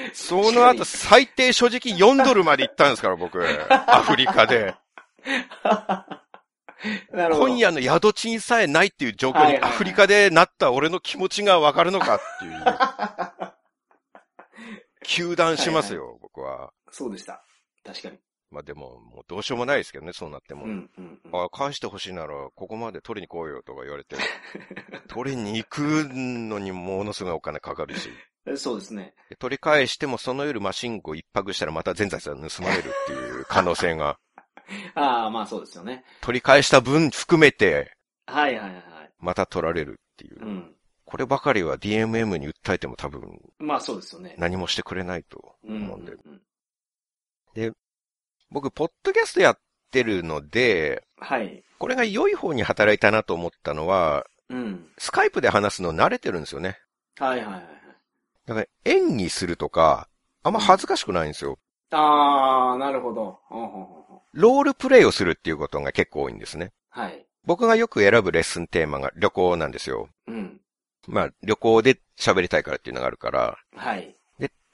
いう。その後、最低正直4ドルまで行ったんですから、僕。アフリカで。なるほど。今夜の宿賃さえないっていう状況はいにはいはアいフリカでなった俺の気持ちがわかるのかっ ていう。求断しますよ、僕は。そうでした。確かに。まあでも、もうどうしようもないですけどね、そうなってうも。んうんうん。あ返してほしいなら、ここまで取りに来いよとか言わ れて。取りに行くのにものすごいお金かかるし。えそうですね。で取り返してもその夜マシン号一泊したらまた全財産盗まれるっていう可能性が、ああ、まあそうですよね。取り返した分含めてはいはいはいはい。また取られるっていうう。ん。こればかりは DMM に訴えても多分まあそうですよね。何もしてくれないとうんうん思ううんで。ん。僕、ポッドキャストやってるので、はい。これが良い方に働いたなと思ったのは、うん。スカイプで話すの慣れてるんですよね。はいはいはいはい。だから演技するとか、あんま恥ずかしくないんですよ。ああ、なるほど。ほうほうほうほうロールプレイをするっていうことが結構多いんですね。はい。僕がよく選ぶレッスンテーマが旅行なんですよ。うん。まあ、旅行で喋りたいからっていうのがあるから、はい。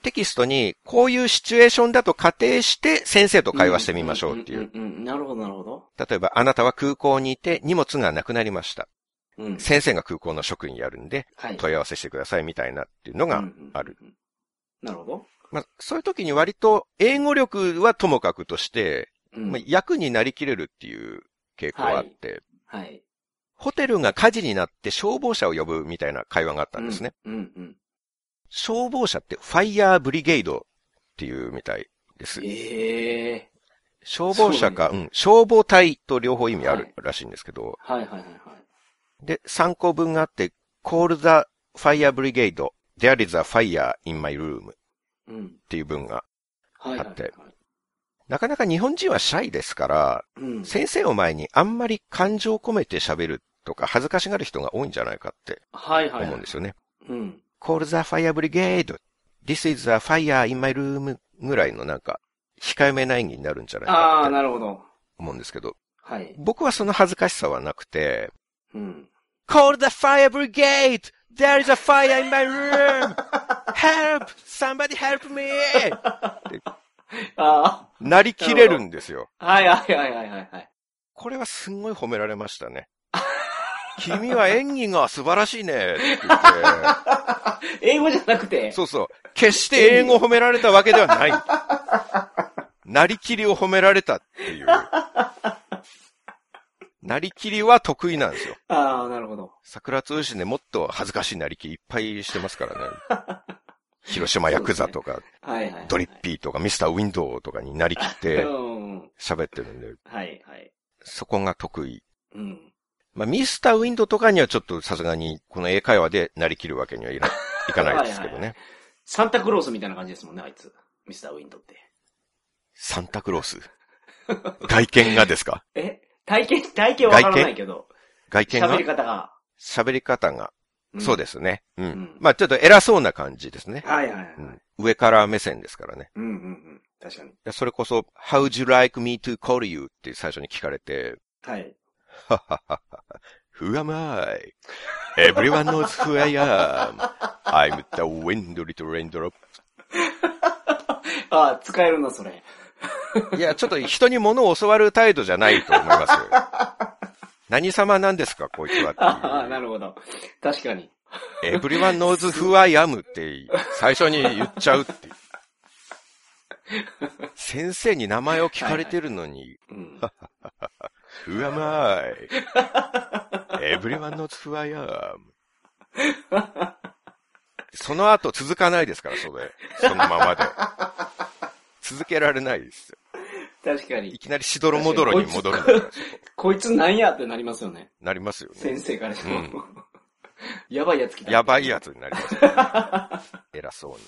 テキストに、こういうシチュエーションだと仮定して、先生と会話してみましょうっていう。ん。んんんなるほどなるほど。例えば、あなたは空港にいて荷物がなくなりました。うん。先生が空港の職員やるんで、はい。問い合わせしてくださいみたいなっていうのが、あるうんうんうん。なるほど。まあ、そういう時に割と、英語力はともかくとして、うんまあ、役になりきれるっていう傾向があって、はい。ホテルが火事になって消防車を呼ぶみたいな会話があったんですね。うん。うん消防車ってファイヤーブリゲイドっていうみたいですうん。。ええ消防車か、うん、消防隊と両方意味あるらしいんですけど、ー。はいはいはいはい。で、参考文があって、call the fire brigade, there is a fire in my room っうん。ていう文が、はいはい、だっはいて。なかなか日本人はシャイですから、うん。先生を前にあんまり感情を込めて喋るとか恥ずかしがる人が多いんじゃないかってはいはいはい。思うんですよね。うん。 call the fire brigade, this is a fire in my room ぐらいのなんか、控えめな演技になるんじゃないああ、かってなるほど。思うんですけど、はい。僕はその恥ずかしさはなくて、うん。 Call the fire brigade! There is a fire in my room! Help! Somebody help me! あなりきれるんですよ。あ、はいはいはいはいはいはい。 これはすんごい褒められました ね。君は演技が素晴らしいね って言っ英語じゃなくてて。。そうそう。決して英語を褒められたわけではない。なりきりを褒められたっていう。なりきりは得意なんですよ。ああ、なるほど。桜通信でもっと恥ずかしいなりきりいっぱいしてますからね。 広島ヤクザとか、はいはいはい。ドリッピーとかミスターウィンドウとかになりきっうてん。はい喋ってるんで、はい。そこが得意。うん。まあ、ミスターウィンドウとかにはちょっとさすがにこの英会話でなりきるわけにはい らいかないですけどはいはね。サンタクロースみたいな感じですもんね、あいつ。ミスターウィンドって。サンタクロース。外見がで すかえ体型、体型わからないけど。外見喋がり方が。。喋り方が、そうですすね。うん。んまあちょっと偉そうな感じですね、はいはいはい。うん上から目線ですからね。うんうんうん。確かに。いやそれこそ、How would you like me to call you? って最初に聞かれて、はい。はははは。Who am I? Everyone knows who I am. I'm the wind little raindrop. ああ、使えるな、それ。いや、ちょっと人に物を教わる態度じゃないと思います。何様なんですか、こいつはああ、っなるほど。確かに。ていう。Everyone knows who I am って最初に言っちゃうっていう。先生に名前を聞かれてるのに、うん。 Who am I? Everyone knows who I am. その後続かないですから、それ。そのままで。続けられないですよ。確かいに。きなりしどろもどろに戻るんだからこいつなんやってなりますよね。なりますよね。先生からしてうもん。 やばいやつ来た。やばいやつになりますよね。偉そうに。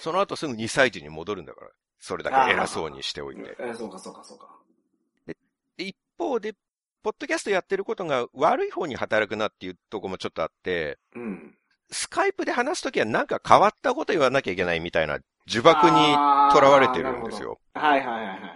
その後すぐ2歳児に戻るんだから。それだけ偉そうにしておいて。えーそうかそうかそうか。で一方で、ポッドキャストやってることが悪い方に働くなっていうとこもちょっとあって、うん。スカイプで話すときはなんか変わったこと言わなきゃいけないみたいな呪縛に囚われてるんですよ。あー。なるほどはいはいはいはい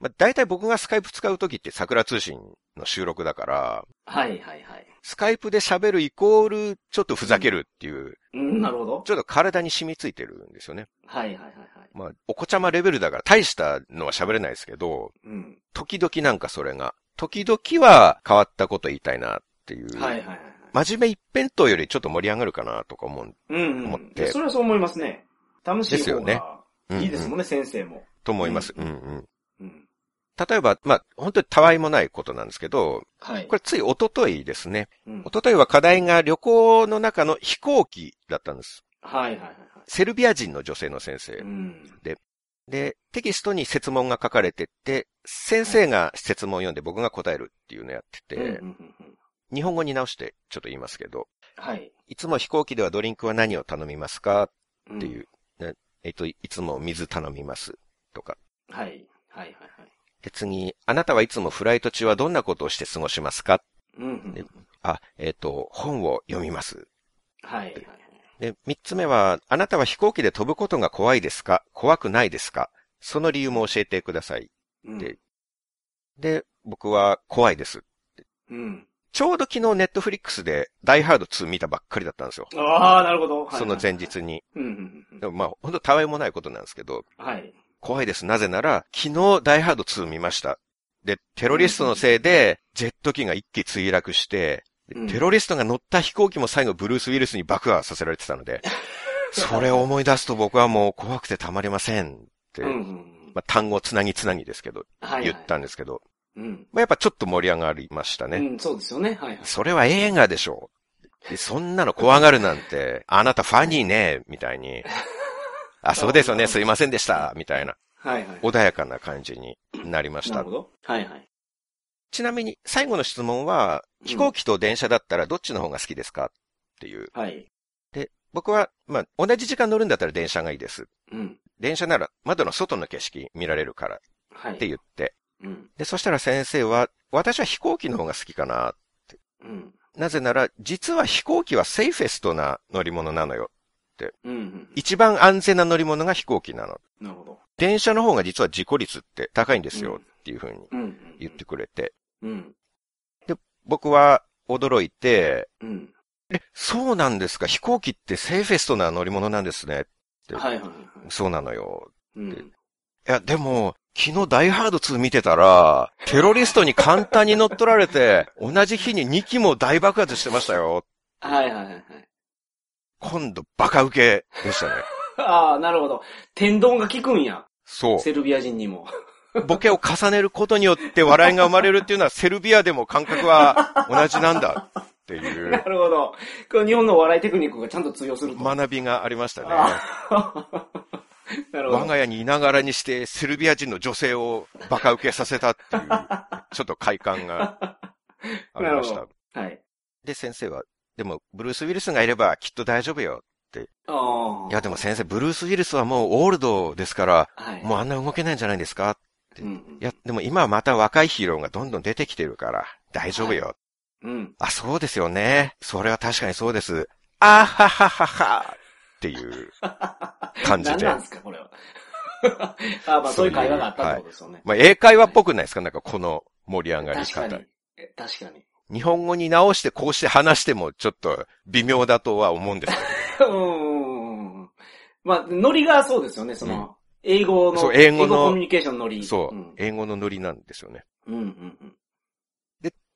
まあ、大体僕がスカイプ使うときって桜通信の収録だから、はい。はいはいはい。スカイプで喋るイコールちょっとふざけるっていう、うん、なるほど。ちょっと体に染みついてるんですよね。はいはいはいはい。まあ、お子ちゃまレベルだから大したのは喋れないですけど、うん。時々なんかそれが、時々は変わったこと言いたいなっていう、はいはいはいはい。真面目一辺倒よりちょっと盛り上がるかなとか思う。うん、思うっん。てそれはそう思いますね。楽しいですよ方ねがうんうんいいですもんね、先生も。と思います。うんうんうん。うん。例えば、まあ、本当にたわいもないことなんですけど、はい。これつい一昨日ですね。うん一昨日は課題が旅行の中の飛行機だったんです。はいはいはいはセルビア人の女性の先生い。う。ん。で、テキストに説問が書かれてって、先生が説問を読んで僕が答えるっていうのをやってうんうんて、うんうん日本語に直してちょっと言いますけど、はい。いつも飛行機ではドリンクは何を頼みますかっっていう。、ねえっと、いつも水頼みますとか。はい。はいはいはい。で、次、あなたはいつもフライト中はどんなことをして過ごしますかうんうんうんで。あ、えっ、と、本を読みます。はいはいはい。で、三つ目は、あなたは飛行機で飛ぶことが怖いですか怖くないですかその理由も教えてください。うんでで、僕は怖いです。うん。ちょうど昨日ネットフリックスでダイハード2見たばっかりだったんですよ。ああ、なるほど。はいはいその前日に。うんうんうんでもまあ、ほんとたわいもないことなんですけど、はい。怖いです。なぜなら、昨日ダイハード2見ました。で、テロリストのせいで、ジェット機が一機墜落して、でうんテロリストが乗った飛行機も最後ブルース・ウィルスに爆破させられて たので、それを思い出すと僕はもう怖くてたまりませんって、うんうんうんまあ、単語つなぎつなぎですけど、はいはい言ったんですけど、うん。まあ、やっぱちょっと盛り上がりましたうね。ん、そうですよね。はいはい。それは映画でしょう。でそんなの怖がるなんて、あなたファニーね、みたいに。あ、そうです よね、すいませんでした、みたいな。はいはい。穏やかな感じになりましなたるほ。ど。はいはい。ちなみに、最後の質問は、うん飛行機と電車だったらどっちの方が好きですかっていう。はい。僕は、まあ、同じ時間乗るんだったら電車がいいです。うん。電車なら窓の外の景色見られるからっはい。て言って。うん。で、そしたら先生は、私は飛行機の方が好きかな。うん。なぜなら、実は飛行機はセーフェストな乗り物なのよ。うんうん。一番安全な乗り物が飛行機なの。なるほど。電車の方が実は事故率って高いんですよっていうふうにうんうん。言ってくれて。うん。僕は驚いて、うん。そうなんですか。飛行機ってセーフェストな乗り物なんですね。ではいはいはい。そうなのよ。うん。いや、でも、昨日ダイハード2見てたら、テロリストに簡単に乗っ取られて、同じ日に2機も大爆発してましたよ。はいはいはいはい。今度、バカ受けでしたね。ああ、なるほど。天丼が効くんや。そセルビア人にも。う。ボケを重ねることによって笑いが生まれるっていうのは、セルビアでも感覚は同じなんだっていなうるほど。これ日本のお笑いテクニックがちゃんと通用すると。学びがありましたね。あーなるほ我ど。が家にいながらにして、セルビア人の女性をバカ受けさせたっていう、ちょっと快感がありまし なるたほ。はい。で、先生は、でも、ブルース・ウィルスがいればきっと大丈夫よ。ああ。いや、でも先生、ブルース・ウィルスはもうオールドですから、はい。もうあんな動けないんじゃないですかうんうんいや、でも今はまた若いヒーローがどんどん出てきてるから、大丈夫よ。うん。あ、そうですよね。それは確かにそうです。あはははは。っていう感じ何で。 なんですか、これは。あまあ、そういう会話があったってことですよね。まあ、英会話っぽくないですかなんかこの盛り上がり確か方に。。え確かに。日本語に直してこうして話してもちょっと微妙だとは思うんですけど。うんうんうん。まあ、ノリがそうですよね、その、英語の、そう英語のコミュニケーションのノリ。そう、うん英語のノリなんですよね。うんうんうん。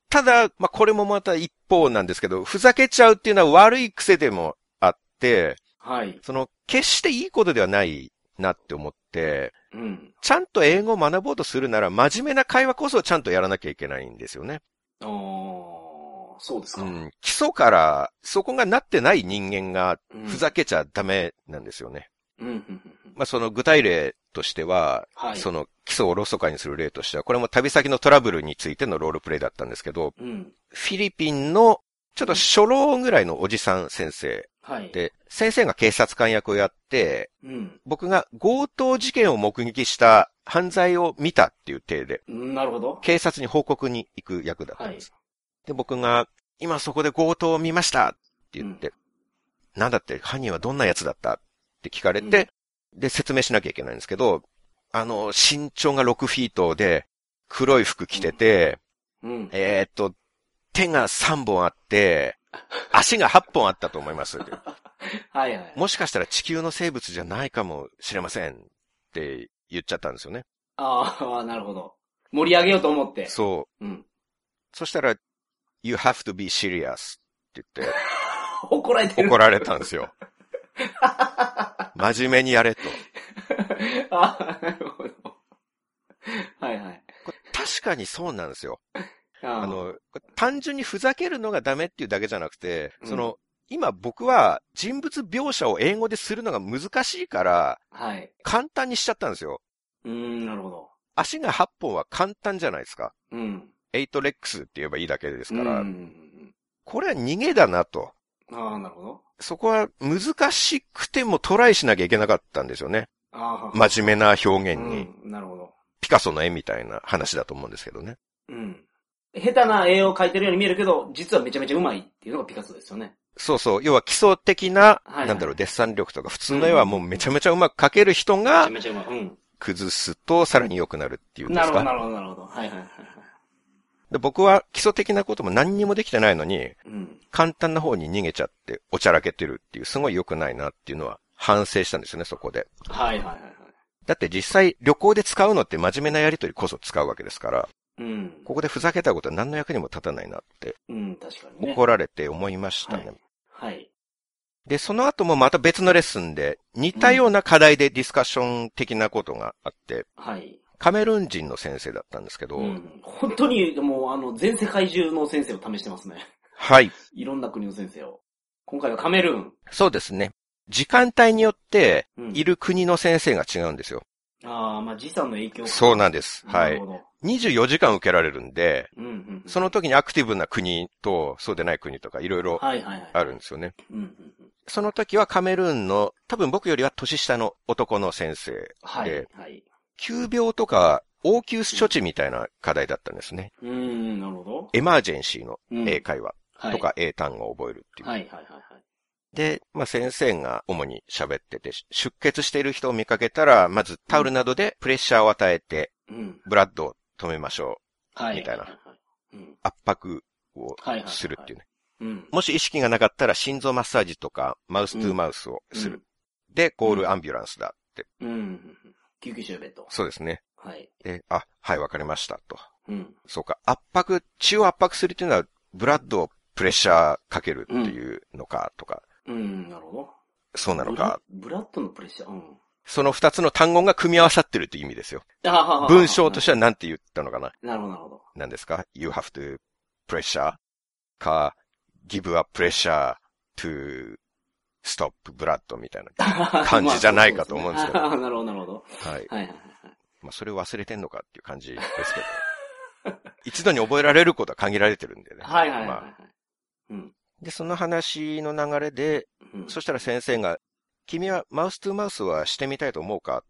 ただ、まあ、これもまた一方なんですけど、ふざけちゃうっていうのは悪い癖でもあって、はい。その、決していいことではないなって思って、うん。ちゃんと英語を学ぼうとするなら、真面目な会話こそちゃんとやらなきゃいけないんですよね。おーそうですうか。ん。基礎から、そこがなってない人間が、うんふざけちゃダメなんですよね。うんうんうんうん。まあ、その具体例としては、はい。その基礎をおろそかにする例としては、これも旅先のトラブルについてのロールプレイだったんですけど、うん。フィリピンの、ちょっと初老ぐらいのおじさん先生はい。で、先生が警察官役をやって、うん。僕が強盗事件を目撃した犯罪を見たっていう体で、うんなるほど。警察に報告に行く役だったんです。で、僕が、今そこで強盗を見ましたって言って、なんだって犯人はどんな奴だったって聞かれて、で、説明しなきゃいけないんですけど、あの、身長が6フィートで、黒い服着てて、うん。えーっと、手が3本あって、足が8本あったと思います。はいはい。もしかしたら地球の生物じゃないかもしれませんって言っちゃったんですよね。ああ、なるほど。盛り上げようと思って。。そうん。う。そしたら、you have to be serious って言って、怒られてる。怒られたんですよ。真面目にやれと。 ああ、なるほど。はいはい。これ確かにそうなんですよ。あああの、これ単純にふざけるのがダメっていうだけじゃなくて、うんその、今僕は人物描写を英語でするのが難しいから、はい。簡単にしちゃったんですよ。うーん、なるほど。足が8本は簡単じゃないですか。うん。エイトレックスって言えばいいだけですうんかうんうら、んこれは逃げだなと。うん。ああ、なるほど。そこは難しくてもトライしなきゃいけなかったんですよね。ああ。真面目な表現に。うん、なるほど。ピカソの絵みたいな話だと思うんですけどね。うん。下手な絵を描いてるように見えるけど、実はめちゃめちゃ上手いっていうのがピカソですよね。そうそう。要は基礎的な、はいはいなんだろう、デッサン力とか、普通の絵はもうめちゃめちゃうまく描ける人めちゃがめちゃ上手い。。崩すとさらに良くなるっていううんんでなするほど、なか。るほど、なるほど。はいはいはいはい。で僕は基礎的なことも何にもできてないのに、うん。簡単な方に逃げちゃって、おちゃらけてるっていう、すごい良くないなっていうのは反省したんですよね、そこで。はいはいはいはい。だって実際旅行で使うのって真面目なやりとりこそ使うわけですから、うん。ここでふざけたことは何の役にも立たないなってうん、確かにね。怒られて思いましたね。はいはい。で、その後もまた別のレッスンで、似たような課題でディスカッション的なことがあって、はい。カメルーン人の先生だったんですけど、うん、本当に、もう、あの、全世界中の先生を試してますね。 はい。いろんな国の先生を。今回はカメルーン。そうですね。時間帯によって、うん、いる国の先生が違うんですよ。ああ、まあ、時差の影響そうななんです。はるいほ。ど。 24時間受けられるんで、うん、うん。その時にアクティブな国と、そうでない国とかいろいろはいはいはい。あるんですよね。うん、うんうん。その時はカメルーンの、多分僕よりは年下の男の先生はい。で、はい。急病とか応急処置みたいな課題だったんですね。うーん、なるほど。エマージェンシーのうん英会話とか英単語を覚えるっていう。はい。はいはいはいはい。で、まあ、先生が主に喋ってて、し出血している人を見かけたら、まずタオルなどでプレッシャーを与えて、うん。ブラッドを止めましょう。はい。みたいなはははい。うん。圧迫をはいはいはい。するっていうね。うん。もし意識がなかったら心臓マッサージとか、マウストゥーマウスをする。で、コールアンビュランスだって。うん。うん。救急車呼べと。そうですね。はい。で、あ、はい、わかりました、と。うん。そうか、圧迫、血を圧迫するっていうのは、ブラッドをプレッシャーかけるっていうのか、とか、うん、なるほど。そうなのか。ブラブラッドのプレッシャー。うん。その二つの単語が組み合わさってるって意味ですよ。文章としてては何て言ったのかななるほど、なるほど。何ですか ?you have to pressure か give up pressure to stop blood みたい な。感じじゃないかと思うんですけどまあ そうねあーなるほど、なるほど。はい。はいはいはいはい。まあそれを忘れてんのかっていう感じですけど。 一度に覚えられることは限られてるんでね。はいはいはいはいまあ。うん。で、その話の流れで、うんそしたら先生が、君はマウストゥーマウスはしてみたいと思うかっ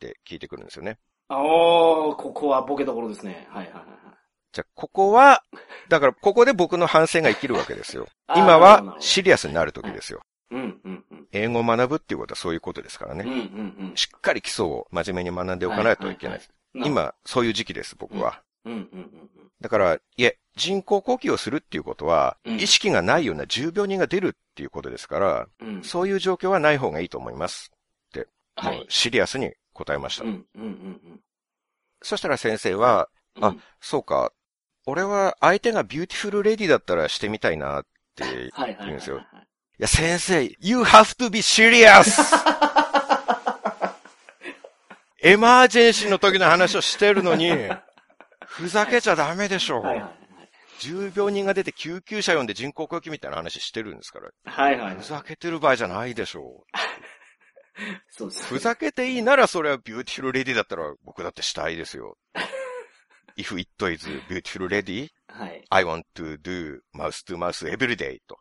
て聞いてくるんですよね。ああ、ここはボケどころですね。はいはいはいはい。じゃあ、こ こは、だからここで僕の反省が生きるわけですよ。あー今なるほどなるはほどシリアスになる時ですよ。うん、うん、うん。英語を学ぶっていうことはそういうことですからうん、うね。ん、しっかり基礎を真面目に学んでうん。おかないといけない。ははは。今、そういう時期です、僕は。うん、うん、うんうん。だから、いえ、人工呼吸をするっていうことは、うん意識がないような重病人が出るっていうことですから、うん。そういう状況はない方がいいと思います。はもうい。シリアスに答えました。うん、うん、うんうん。そしたら先生は、うんあ、そうか、俺は相手がビューティフルレディだったらしてみたいなって。いはい、はい。いいんですはよははや、先生、you have to be serious! エマージェンシーの時の話をしてるのに、ふざけちゃダメでしょ。はいはいはい。重病人が出て救急車呼んで人工呼吸みたいな話してるんですから。はいはいはふい。ざけてる場合じゃないでしょ う。そうです。ふざけていいならそれはビューティフルレディだったら僕だってしたいですよ。If it is beautiful lady, はい。 I want to do mouse to mouse every day と。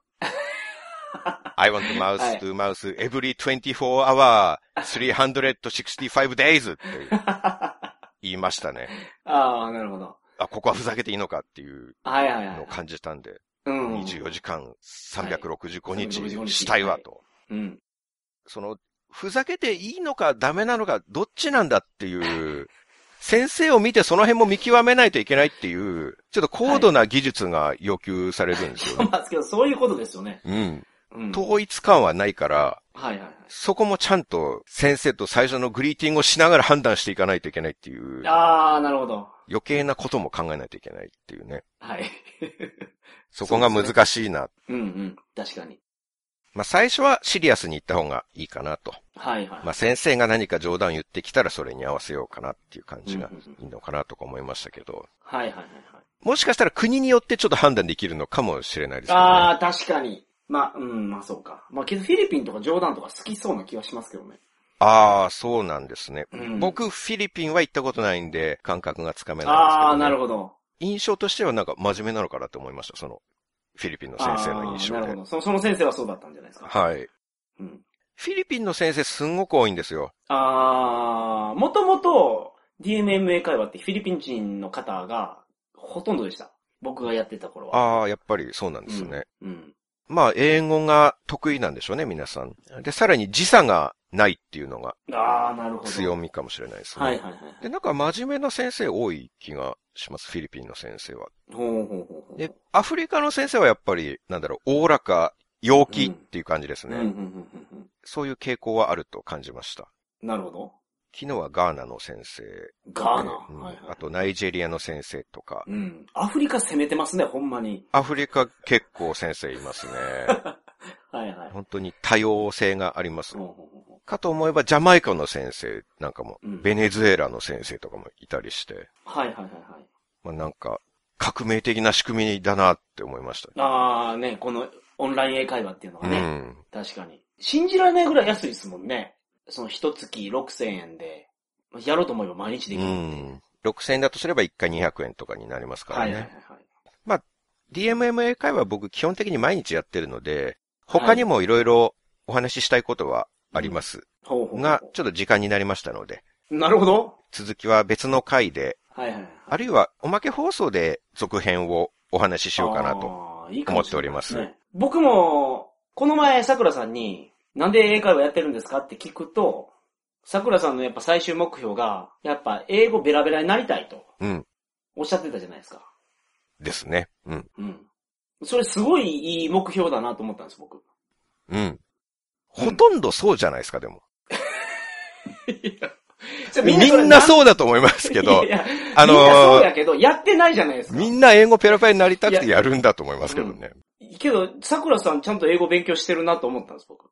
I want to はい mouse to mouse every 24 hour 365 days って言いましたね。ああ、なるほど。あ、ここはふざけていいのかっていうはいはいはいのを。感じたんで、うんうん。 24時間365はい365日日したいわと。うん。 その、ふざけていいのかダメなのかどっちなんだっ ていう、先生を見てその辺も見極めないといけないっていう、ちょっと高度な技術が要求されるんですよね。まあ、けど、そういうことですよね。うん。うん。統一感はないから、はいはいはい。そこもちゃんと先生と最初のグリーティングをしながら判断していかないといけないっていう、ああ、なるほど。余計なことも考えないといけないっていうね。はい。 そこが難しいな。うんうん。確かに。まあ最初はシリアスに行った方がいいかなと。はいはい。まあ先生が何か冗談を言ってきたらそれに合わせようかなっていう感じがうんうんいいのかなとか思いましたけど、はいはいはいはい。もしかしたら国によってちょっと判断できるのかもしれないですよね。ああ、確かに。まあ、うん、まあそうか。まあけどフィリピンとか冗談とか好きそうな気はしますけどね。ああ、そうなんですね。うん僕、フィリピンは行ったことないんで、感覚がつかめないんですけど、ね。ああ、なるほど。印象としてはなんか真面目なのかなと思いました、その、フィリピンの先生のあー印象なるで。ほど。そのその先生はそうだったんじゃないですか。はい。うん。フィリピンの先生すんごく多いんですよ。ああ、もともと DMMA 会話ってフィリピン人の方がほとんどでした。僕がやってた頃は。あ、ああ、やっぱりそうなんですね。うん。まあ、英語が得意なんでしょうね、皆さん。で、さらに時差がないっていうのがああ、なるほど。強みかもしれないですね。はいはいはい。で、なんか真面目な先生多い気がします、フィリピンの先生は。ほうほうほうほう。で、アフリカの先生はやっぱり、なんだろう、おおらか、陽気っていう感じですうんうね、んうんうんうん。そういう傾向はあると感じました。なるほど。昨日はガーナの先生。ガーナ。うんはいはいあ。とナイジェリアの先生とか。うん。アフリカ攻めてますね、ほんまに。アフリカ結構先生い ますね。はいはい。本当に多様性がありますほう。ほうほうほかと思えばジャマイカの先生なんかも、うんベネズエラの先生とかもいたりして、うはいはいはいはい。まあなんか革命的な仕組みだなって思いました。ああね、このオンライン英会話っていうのがうね、ん。確かに。信じられないぐらい安いですもんね。その一月6000円で、やろうと思えば毎日でうきる。ん。6000円だとすれば1回200円とかになりますからはいね。はいはいはい。 DMMA 会話僕基本的に毎日やってるので、他にもいろいろお話ししたいことはありますほうほうほうが、ちょっと時間になりましたので、なるほど。続きは別の回で、はいはいはい。あるいはおまけ放送で続編をお話ししようかなと。あー。いいか思もっておりますしれないですね僕も、この前、桜さんに、なんで英会話やってるんですかって聞くと、桜さんのやっぱ最終目標が、やっぱ英語ベラベラになりたいと、うん。おっしゃってたじゃないですか。ですね。うん。うん。それすごいいい目標だなと思ったんです、僕。うん。ほとんどそうじゃないですか、でも。それ みそれんなそうだと思いますけどい、やいやあのーみんなそうやけど、やってないじゃないですか。みんな英語ペラペラになりたくてやるんだと思いますけどいね。けど、桜さんちゃんと英語勉強してるなと思ったんです、僕。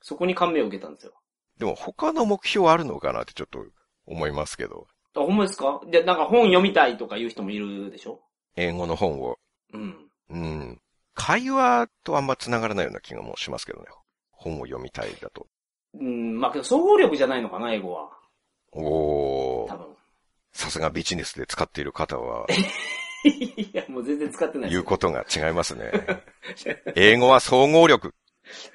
そこに感銘を受けたんですよ。でも他の目標あるのかなってちょっと思いますけど、あ、ほんまですかで、なんか本読みたいとか言う人もいるでしょ英語の本をうん。うん。会話とあんま繋がらないような気がもうしますけどね。本を読みたいだと。うん、まあけど、総合力じゃないのかな、英語は。多おー。分。 さすがビジネスで使っている方は、いや、もう全然使ってないです 言うことが違いますね。と。英語は総合力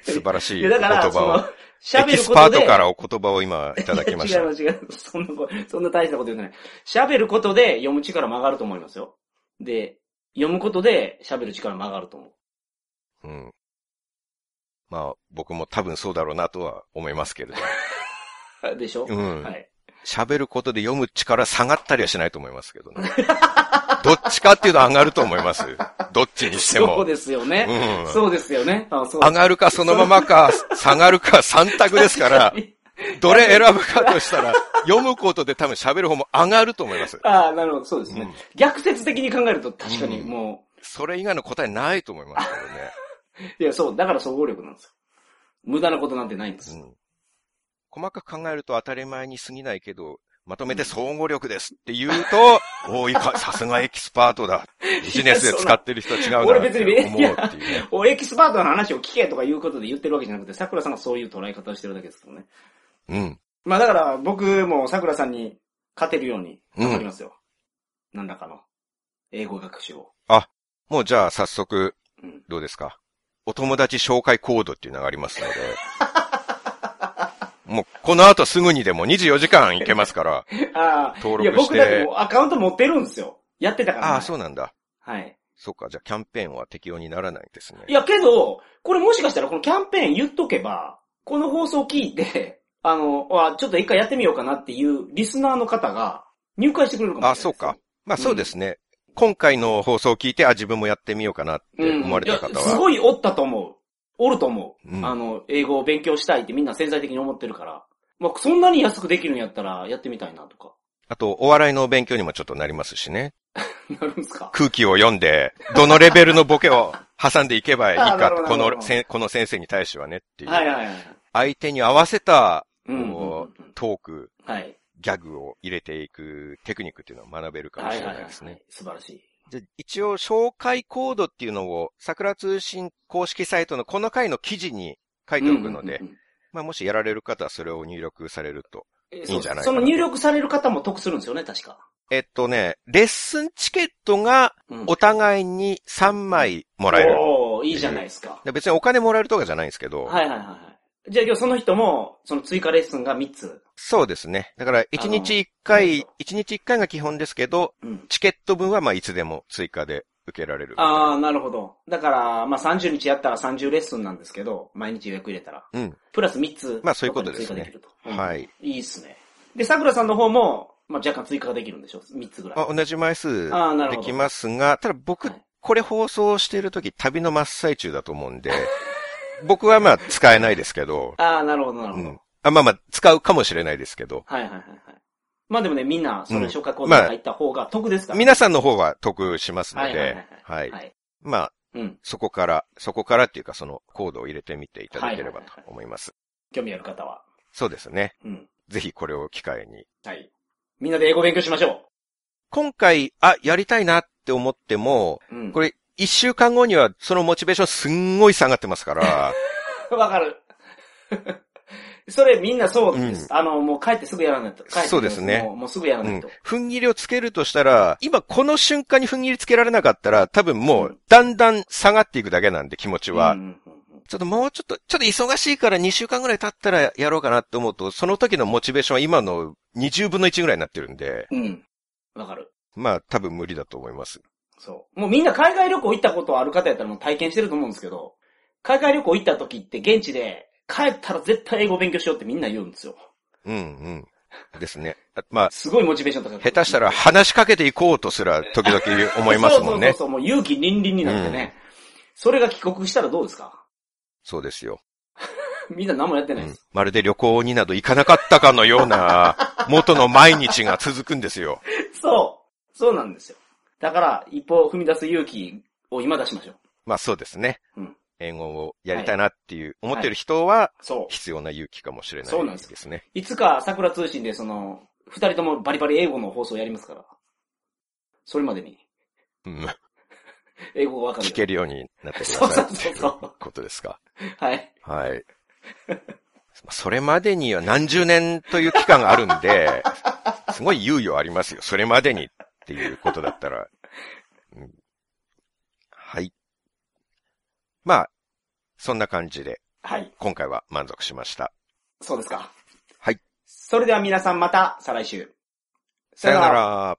素晴らしいいおや、だ言から、そ葉のを。、喋ることで。エキスパートからお言葉を今いただきまし 違たう。違う。そんなこと、そんな大したこと言ってない。喋ることで読む力も上がると思いますよ。で、読むことで喋る力も上がると思う。うん。まあ、僕も多分そうだろうなとは思いますけれど。でしょ、うんはい。喋ることで読む力下がったりはしないと思いますけどね。 どっちかっていうと上がると思います。どっちにしてそうも。ですよね。うんそうですよね。あそう上がるかそのままか、下がるか三択ですから、どれ選ぶかとしたら、読むことで多分喋る方も上がると思います。 ああ、なるほど、そうですね、うん逆説的に考えると確かにもそれ以外の答えないと思いますけう、いや、そう、だから総合力なんですよ。無駄なことなんてないんです。どね。うん細かく考えると当たり前に過ぎないけど、まとめて総合力ですって言うと、 おいか、さすがエキスパートだ。ビジネスで使ってる人違うなって思う俺っ別てにいね、ういやね。、おエキスパートの話を聞けとかいうことで言ってるわけじゃなくて、桜さんがそういう捉え方をしてるだけですけどね。うん。まあだから僕も桜さんに勝てるように頑張りますよ。なんだかの。英語学習を。もうじゃあ早速、うん。どうですかお友達紹介コードっていうのがありますの で。もう、この後すぐにでも24時間いけますから、ああ、登いや録し僕だってても。うアカウント持ってるんですよ。やってたから、ああ、そうなんだ。はい。そっか、じゃあキャンペーンは適用にならないんですね。いやけど、これもしかしたらこのキャンペーン言っとけば、この放送聞いて、あの、あちょっと一回やってみようかなっていうリスナーの方が入会してくれるかもしれないあ、そうか。まあそうですね。今回の放送を聞いて、あ、自分もやってみようかなって思われたうん方いやすは。ごいおったと思う。おると思う、うんあの、英語を勉強したいってみんな潜在的に思ってるから。まあ、そんなに安くできるんやったらやってみたいなとか。 あと、お笑いの勉強にもちょっとなりますしね。なるんすか空気を読んで、どのレベルのボケを挟んでいけばいいあーなかるほ、どこなるほどのせん、この先生に対してはねっていう。はいはいはい。相手に合わせたうんうんうんうこん。うトーク、はい。ギャグを入れていくテクニックっていうのを学べるかもはしいれはいなはいいですね。。素晴らしい。じゃあ一応、紹介コードっていうのを、桜通信公式サイトのこの回の記事に書いておくので、うんうんうんうんまあ、もしやられる方はそれを入力されると。えいいんじゃないそうかそのな入力される方も得するんですよね、確か。えっとね、レッスンチケットがうんお互いに3枚もらえる。おーいいじゃないですか。で別にお金もらえるとかじゃないんですけど、はいはいはいはい。じゃあ今日その人も、その追加レッスンが3つ。そうそうですね。だから1日1あ回の、 1日1回が基本ですけど、うん。チケット分はまあいつでも追加で受けられる。ああ、なるほど。だから、まあ、30日やったら30レッスンなんですけど、毎日予約入れたら。うん。プラス3つ。まあそういうことですね追加きるとうんはい。いいっすね。で、桜さんの方も、まあ、若干追加ができるんでしょ ?3 つぐらい。まあ、同じ枚数であーなるほどきますが、ただ僕はい、これ放送してる時旅の真っ最中だと思うんで、 僕はまあ使えないですけど、ああ、なるほど、なるうほど。ん。あまあまあ使うかもしれないですけど、はいはいはいはい。まあでもね、みんな、それうん紹介コードに入った方が得ですから、皆さんの方は得しますのはいはいはいで、はいはい。まあ、うん。そこから、そこからっていうかそのコードを入れてみていただければと思います。興味ある方は。そうですね。うん。ぜひこれを機会に。はい。みんなで英語勉強しましょ今回、あ、やりたいなって思っても、う。うん。これ一週間後にはそのモチベーションすんごい下がってま すから、れ。わかる。 それみんなそうです。あの、もう帰ってすぐやらないと。帰ってそうですねもうもうすぐやらうないんと。。踏ん切りをつけるとしたら、今この瞬間に踏ん切りつけられなかったら、多分もうだんだん下がっていくだけなんで気持ちは。うんうんうんうんちょっともうちょっと、ちょっと忙しいから2週間ぐらい経ったらやろうかなって思うと、その時のモチベーションは今の20分の1ぐらいになってるんで、うん。わかる。まあ多分無理だと思います。そう。もうみんな海外旅行行ったことある方やったらもう体験してると思うんですけど、海外旅行行った時って現地で、帰ったら絶対英語勉強しようってみんな言うんですよ。うんうん。ですね。あまあ、すごいモチベーション高く下手したら話しかけていこうとすら時々思いまそうそすもんうそうね。そう、もう勇気凛々になってね。それが帰国したらどうですか そうですよ。みんな何もやってうないでんす。まるで旅行になど行かなかったかのような、元の毎日が続くんですよ。そう。そうなんですよ。だから、一歩踏み出す勇気を今出しましょう。まあそうですね。うん英語をやりたいなっていう、思ってる人はそ必要な勇気かもしれなそうないんでですすね。う。いつか桜通信でその、二人ともバリバリ英語の放送やりますから。それまでに、うん英語がわかるよ聞けるようになってくだそうさそいうってそういそううことですか。はい。はい。それまでには何十年という期間があるん で、すごい猶予ありますよ。それまでにっていうことだったら。うんはい。まあ、そんな感じで、はい。今回は満足しました。そうですか。はい。それでは皆さんまた、再来週。さよなら。